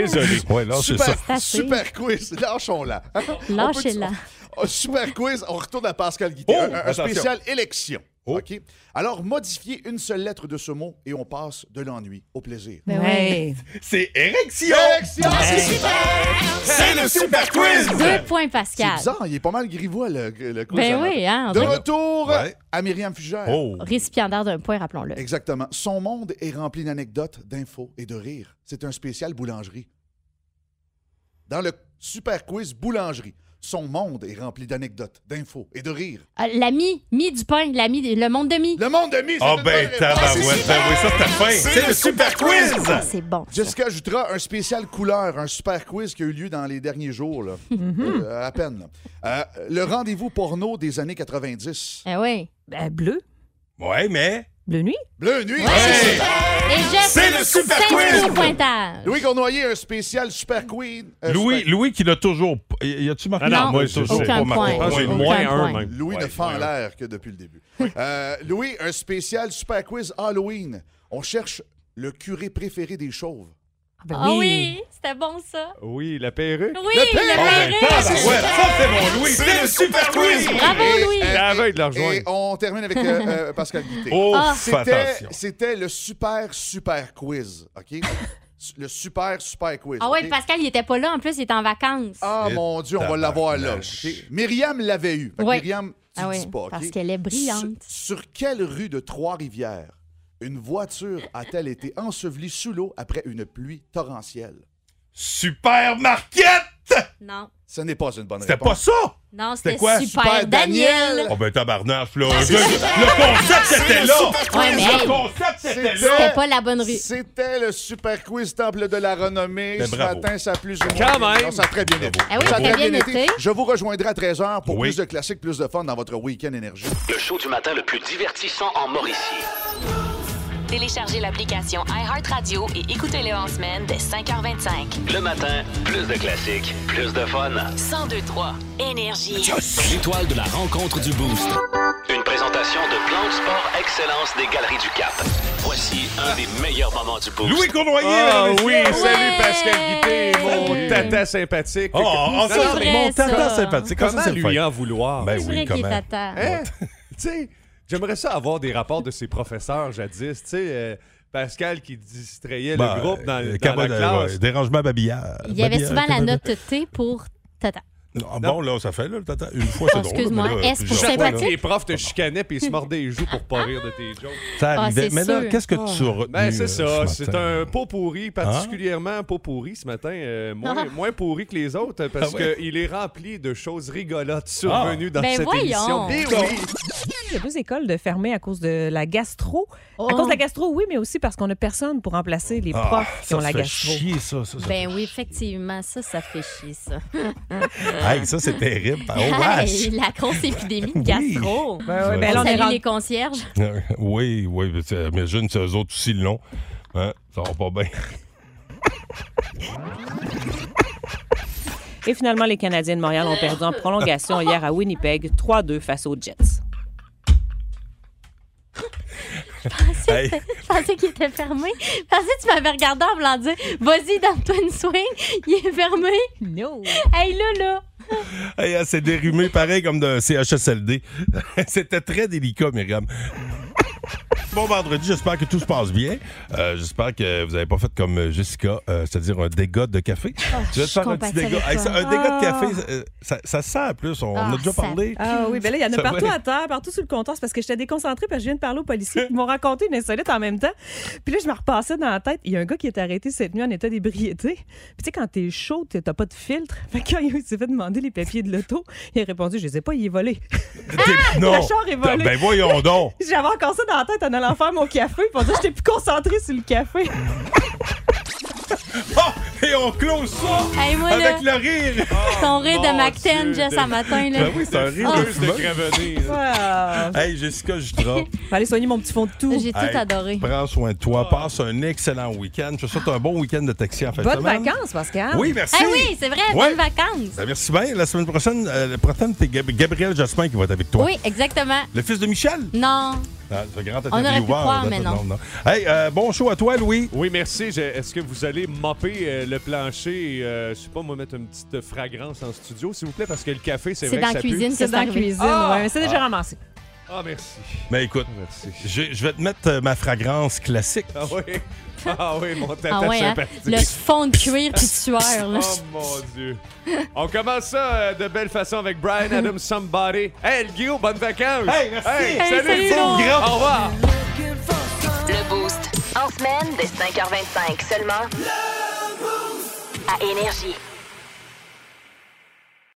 Speaker 3: Ouais, là, c'est
Speaker 17: super,
Speaker 3: ça.
Speaker 6: ça.
Speaker 17: super quiz. Lâchons-la. On peut-
Speaker 6: Lâchez-la.
Speaker 17: Oh, super quiz. On retourne à Pascal Guité.
Speaker 3: Oh,
Speaker 17: un, un
Speaker 3: attention. Oh.
Speaker 17: spécial élection. OK? Alors, modifiez une seule lettre de ce mot et on passe de l'ennui au plaisir.
Speaker 1: Ben oui.
Speaker 3: C'est érection!
Speaker 17: Érection!
Speaker 1: Ouais.
Speaker 17: C'est super!
Speaker 3: C'est le super quiz!
Speaker 6: Deux points, Pascal.
Speaker 17: C'est bizarre, il est pas mal grivois, le, le quiz.
Speaker 6: Ben
Speaker 17: à
Speaker 6: oui, hein, on
Speaker 17: De
Speaker 6: dirait-
Speaker 17: retour à Myriam Fugère.
Speaker 3: Oh.
Speaker 6: Récipiendaire d'un point, rappelons-le.
Speaker 17: Exactement. Son monde est rempli d'anecdotes, d'infos et de rires. C'est un spécial boulangerie. Dans le super quiz boulangerie, son monde est rempli d'anecdotes, d'infos et de rires.
Speaker 6: Euh, L'ami, mi du pain, l'ami, de- le monde de mi.
Speaker 17: Le monde de mi,
Speaker 3: Ah, ben, tabarouette. Ben oui, ça, c'est ta fin. C'est le super
Speaker 17: Euh,
Speaker 6: Ah,
Speaker 3: quiz!
Speaker 6: c'est bon.
Speaker 17: Jessica Jutra, un spécial couleur, un super quiz qui a eu lieu dans les derniers
Speaker 6: [laughs]
Speaker 17: jours, là.
Speaker 6: Mhm.
Speaker 17: Euh, à peine. là. Euh, le rendez-vous porno des années 90.
Speaker 6: Ah oui.
Speaker 10: Ben, bleu.
Speaker 3: Ouais, mais.
Speaker 10: Bleu nuit.
Speaker 17: Bleu nuit.
Speaker 3: Ouais.
Speaker 6: Et Jess,
Speaker 17: C'est le super
Speaker 6: cinq
Speaker 17: quiz.
Speaker 6: points au pointage.
Speaker 17: Louis Cournoyer, un spécial super quiz. euh,
Speaker 3: Louis,
Speaker 17: super-
Speaker 3: Louis qui l'a toujours. p- Y a-tu marqué?
Speaker 17: Ah non,
Speaker 3: moi,
Speaker 17: moi,
Speaker 3: je
Speaker 17: aucun
Speaker 3: sais pas marqué.
Speaker 17: point.
Speaker 3: Je pense que j'ai
Speaker 17: Aucun
Speaker 3: moins
Speaker 17: point.
Speaker 3: un, même.
Speaker 17: Louis ne fend l'air que depuis le début. Euh, Louis, un spécial super quiz Halloween. On cherche le curé préféré des chauves.
Speaker 10: ben
Speaker 6: Ah oui, c'était bon ça.
Speaker 18: Oui, la perruque.
Speaker 6: Oui, Le perruque. la perruque.
Speaker 18: Ah, ben, tabarouette, ça, c'est mon Louis.
Speaker 3: C'est le super quiz.
Speaker 6: Bravo,
Speaker 17: Et-
Speaker 6: Louis.
Speaker 17: et-
Speaker 18: T'es aveugle de la
Speaker 17: Et
Speaker 18: rejoindre.
Speaker 17: on termine avec euh,
Speaker 10: [laughs]
Speaker 17: euh, Pascal Guité.
Speaker 3: Oh, Ah. fais
Speaker 17: c'était,
Speaker 3: attention.
Speaker 17: c'était le super, super quiz. OK? le super, super quiz.
Speaker 6: Ah ouais,
Speaker 17: OK?
Speaker 6: Pascal, il était pas là. En plus, il était en vacances.
Speaker 17: Ah mon Dieu, on va l'avoir là. OK? Myriam l'avait eu. Fait que
Speaker 6: Ouais.
Speaker 17: Myriam, tu
Speaker 6: Ah
Speaker 17: le
Speaker 6: ouais,
Speaker 17: dis pas. OK?
Speaker 6: parce qu'elle est brillante.
Speaker 17: Sur, sur quelle rue de Trois-Rivières une voiture a-t-elle été ensevelie sous l'eau après une pluie torrentielle?
Speaker 3: Super Marquette!
Speaker 6: Non.
Speaker 17: Ce n'est pas une bonne
Speaker 3: C'était pas
Speaker 17: réponse.
Speaker 3: ça!
Speaker 6: Non,
Speaker 3: C'était
Speaker 6: c'était
Speaker 3: quoi?
Speaker 6: Super, Daniel.
Speaker 3: Oh ben tabarnache, là.
Speaker 17: C'est
Speaker 3: Le,
Speaker 17: super-
Speaker 3: le concept était là!
Speaker 6: Ouais, mais
Speaker 3: Le
Speaker 6: hey,
Speaker 3: concept, c'était là!
Speaker 6: c'était pas la bonne rue.
Speaker 17: C'était le super quiz Temple de la renommée.
Speaker 3: Ben,
Speaker 17: Ce
Speaker 3: bravo.
Speaker 17: matin, ça a plus ou moins.
Speaker 3: Quand
Speaker 17: été.
Speaker 3: même.
Speaker 17: Non, ça a très bien été.
Speaker 6: Ah oui,
Speaker 17: Ça a
Speaker 6: très bien été.
Speaker 17: Je vous rejoindrai à 13h pour
Speaker 3: Oui.
Speaker 17: plus de classiques, plus de fun dans votre week-end énergie.
Speaker 2: Le show du matin le plus divertissant en Mauricie.
Speaker 16: Téléchargez l'application iHeartRadio et écoutez-le en semaine dès 5h25.
Speaker 2: Le matin, plus de classiques, plus de fun.
Speaker 16: 1023 Énergie.
Speaker 2: L'étoile de la rencontre du Boost. Une présentation de Plan de Sport Excellence des Galeries du Cap. Voici un des meilleurs moments du Boost.
Speaker 3: Louis Cournoyer!
Speaker 18: Ah
Speaker 3: mesdames et
Speaker 18: oui,
Speaker 3: messieurs.
Speaker 18: salut Pascal Guité, mon tata sympathique.
Speaker 3: Oh, oh,
Speaker 6: C'est vrai,
Speaker 18: mon
Speaker 6: ça.
Speaker 18: tata
Speaker 3: sympathique.
Speaker 18: sympathique.
Speaker 3: Comment
Speaker 18: Comment
Speaker 3: c'est le
Speaker 18: lui
Speaker 3: fait?
Speaker 18: en vouloir?
Speaker 3: Ben
Speaker 6: C'est
Speaker 3: oui,
Speaker 6: vrai qu'il est
Speaker 3: comment?
Speaker 6: à terre.
Speaker 18: Hein? [laughs] tu sais, j'aimerais ça avoir des rapports de ses professeurs jadis. Tu sais, euh, Pascal qui distrayait
Speaker 3: Ben,
Speaker 18: le groupe dans,
Speaker 3: euh,
Speaker 18: dans la
Speaker 3: cabane-
Speaker 18: classe.
Speaker 3: ouais, dérangement babillard.
Speaker 6: Il y avait
Speaker 3: Babillard,
Speaker 6: souvent la
Speaker 3: cabane-
Speaker 6: note T pour Tata.
Speaker 3: Ah bon, là, ça fait, là, le tata. Une fois, c'est
Speaker 6: Oh,
Speaker 3: drôle.
Speaker 6: excuse-moi.
Speaker 3: mais là,
Speaker 6: Est-ce
Speaker 3: plusieurs
Speaker 6: pour
Speaker 3: fois, là, Ah,
Speaker 6: sympathique?
Speaker 18: Les profs te chicanaient puis ils se mordaient les joues pour pas rire de tes jokes.
Speaker 3: Ça
Speaker 6: Ah,
Speaker 3: arrivait.
Speaker 6: c'est
Speaker 3: mais là,
Speaker 6: sûr.
Speaker 3: qu'est-ce que tu as retenu?
Speaker 18: Ben, c'est ça.
Speaker 3: euh, ce
Speaker 18: C'est
Speaker 3: matin? Hein?
Speaker 18: un pot pourri, particulièrement pot pourri ce matin. euh, moins,
Speaker 6: Ah.
Speaker 18: moins pourri que les autres parce
Speaker 3: Ah ouais. Ah.
Speaker 18: qu'il est rempli de choses rigolotes survenues dans
Speaker 6: Ben
Speaker 18: cette émission.
Speaker 6: voyons.
Speaker 3: Eh
Speaker 18: Eh
Speaker 6: Ben
Speaker 10: Il y a deux écoles de fermées à cause de la gastro.
Speaker 6: Oh.
Speaker 10: À cause de la gastro, oui, mais aussi parce qu'on n'a personne pour remplacer les
Speaker 3: Ah,
Speaker 10: profs qui
Speaker 3: ça,
Speaker 10: ont la
Speaker 3: ça fait
Speaker 10: gastro.
Speaker 3: chier, ça. ça, ça.
Speaker 6: Ben oui, effectivement, ça, ça fait chier, ça.
Speaker 3: [laughs] Hey, ça,
Speaker 6: [laughs]
Speaker 3: c'est terrible. Oh,
Speaker 6: euh, Hey,
Speaker 3: wesh!
Speaker 6: la grosse épidémie de gastro.
Speaker 10: Ben ouais, ben
Speaker 6: on
Speaker 10: là, on est
Speaker 6: salue
Speaker 10: rendu-
Speaker 6: les concierges.
Speaker 3: [laughs]
Speaker 6: [laughs]
Speaker 3: Euh, Oui, oui, mais tu- imagine, c'est eux autres aussi le long. Hein, Ça va pas bien. [laughs]
Speaker 10: Et finalement, les Canadiens de Montréal ont perdu en prolongation hier à Winnipeg, 3-2 face aux Jets.
Speaker 3: Hey.
Speaker 6: Je pensais qu'il était fermé. Je pensais que tu m'avais regardé en voulant dire Vas-y, dans Twin Swing, il est fermé.
Speaker 10: No.
Speaker 6: Hey, là, là.
Speaker 3: Hey, elle s'est dérumée pareil comme d'un CHSLD. [laughs] C'était très délicat, Myriam. [laughs] Bon vendredi, j'espère que tout se passe bien. Euh, j'espère que vous n'avez pas fait comme Jessica, euh, c'est-à-dire un dégât de café. Tu vas te
Speaker 6: Oh, je
Speaker 3: faire un
Speaker 6: compatis
Speaker 3: petit dégât.
Speaker 6: avec
Speaker 3: Hey, ça- un
Speaker 10: toi.
Speaker 3: dégât de
Speaker 10: Ah.
Speaker 3: café, euh, ça, ça sent en plus. On
Speaker 6: Ah,
Speaker 3: a déjà
Speaker 6: ça
Speaker 3: parlé.
Speaker 10: Ah oui, ben là, il y en a
Speaker 3: Ça
Speaker 10: partout
Speaker 3: va.
Speaker 10: à terre, partout sur le comptoir. C'est parce que j'étais déconcentrée parce que je viens de parler aux policiers. Ils m'ont raconté une insolite en même temps. Puis là, je me repassais dans la tête. Il y a un gars qui est arrêté cette nuit en état d'ébriété. Puis tu sais, quand t'es chaud, t'as t'as pas de filtre. Fait que quand il s'est fait demander les papiers de l'auto, il a répondu Je les ai pas, il est volé.
Speaker 3: T'es-
Speaker 10: [laughs] le char est volé.
Speaker 3: Ben
Speaker 10: [laughs]
Speaker 3: voyons donc.
Speaker 10: J'avais encore ça dans la tête
Speaker 3: [laughs]
Speaker 10: en allant faire mon café. Puis on dirait que j'étais plus concentrée sur le café.
Speaker 3: Oh, Et on close ça
Speaker 6: Hey, moi, là,
Speaker 3: avec le rire.
Speaker 10: Oh,
Speaker 6: Ton rire de
Speaker 3: mon
Speaker 6: McTen,
Speaker 3: Dieu,
Speaker 6: Jess,
Speaker 3: t'es-
Speaker 6: à matin. Là.
Speaker 3: Ben oui, c'est un rire
Speaker 6: Ah.
Speaker 3: de fumeur. Hey, Jessica Jutra.
Speaker 10: Faut aller soigner mon petit fond de tout.
Speaker 6: J'ai tout
Speaker 3: Hey,
Speaker 6: adoré.
Speaker 3: Prends soin de
Speaker 6: Ah.
Speaker 3: toi. Passe un excellent week-end. Je te souhaite un bon week-end de taxi en fin de
Speaker 10: Bonnes
Speaker 3: semaine.
Speaker 10: vacances, Pascal.
Speaker 3: Oui, merci.
Speaker 6: Ah oui, c'est vrai,
Speaker 3: Ouais.
Speaker 6: bonnes vacances.
Speaker 3: Ben, merci bien. La semaine prochaine, euh, le prochain, c'est Gab- Gabriel Jasmin qui va être avec toi.
Speaker 6: Oui, exactement.
Speaker 3: Le fils de Michel.
Speaker 6: Non.
Speaker 3: Ah, c'est un grand
Speaker 6: On aurait pu
Speaker 3: intervieweur.
Speaker 6: croire, mais non.
Speaker 3: Hey, euh, bon show à toi, Louis.
Speaker 18: Oui, merci. Je- Est-ce que vous allez mopper euh, le plancher et, euh, je sais pas, moi, mettre une petite fragrance en studio, s'il vous plaît, parce que le café, c'est vrai
Speaker 10: C'est dans
Speaker 18: que ça
Speaker 10: la cuisine
Speaker 18: pue.
Speaker 10: que C'est dans la arrivé. cuisine, ouais, mais c'est déjà ramassé.
Speaker 18: Ah, merci.
Speaker 3: Mais ben, écoute, Je, je vais te mettre euh, ma fragrance classique.
Speaker 18: Ah oui. [laughs] Ah oui, mon tata
Speaker 6: Ah ouais, hein?
Speaker 18: sympathique.
Speaker 6: Le fond de cuir puis de sueur. là.
Speaker 18: Oh mon Dieu. On commence ça euh, de belle façon avec Brian Adams Somebody. Hey, le Guillaume, bonnes vacances.
Speaker 1: Hey, merci.
Speaker 18: Hey,
Speaker 1: Hey,
Speaker 18: salut,
Speaker 1: salut,
Speaker 18: le beau
Speaker 1: Lou.
Speaker 18: grand. Au revoir.
Speaker 16: Le Boost. En semaine, dès 5h25 seulement. À Énergie.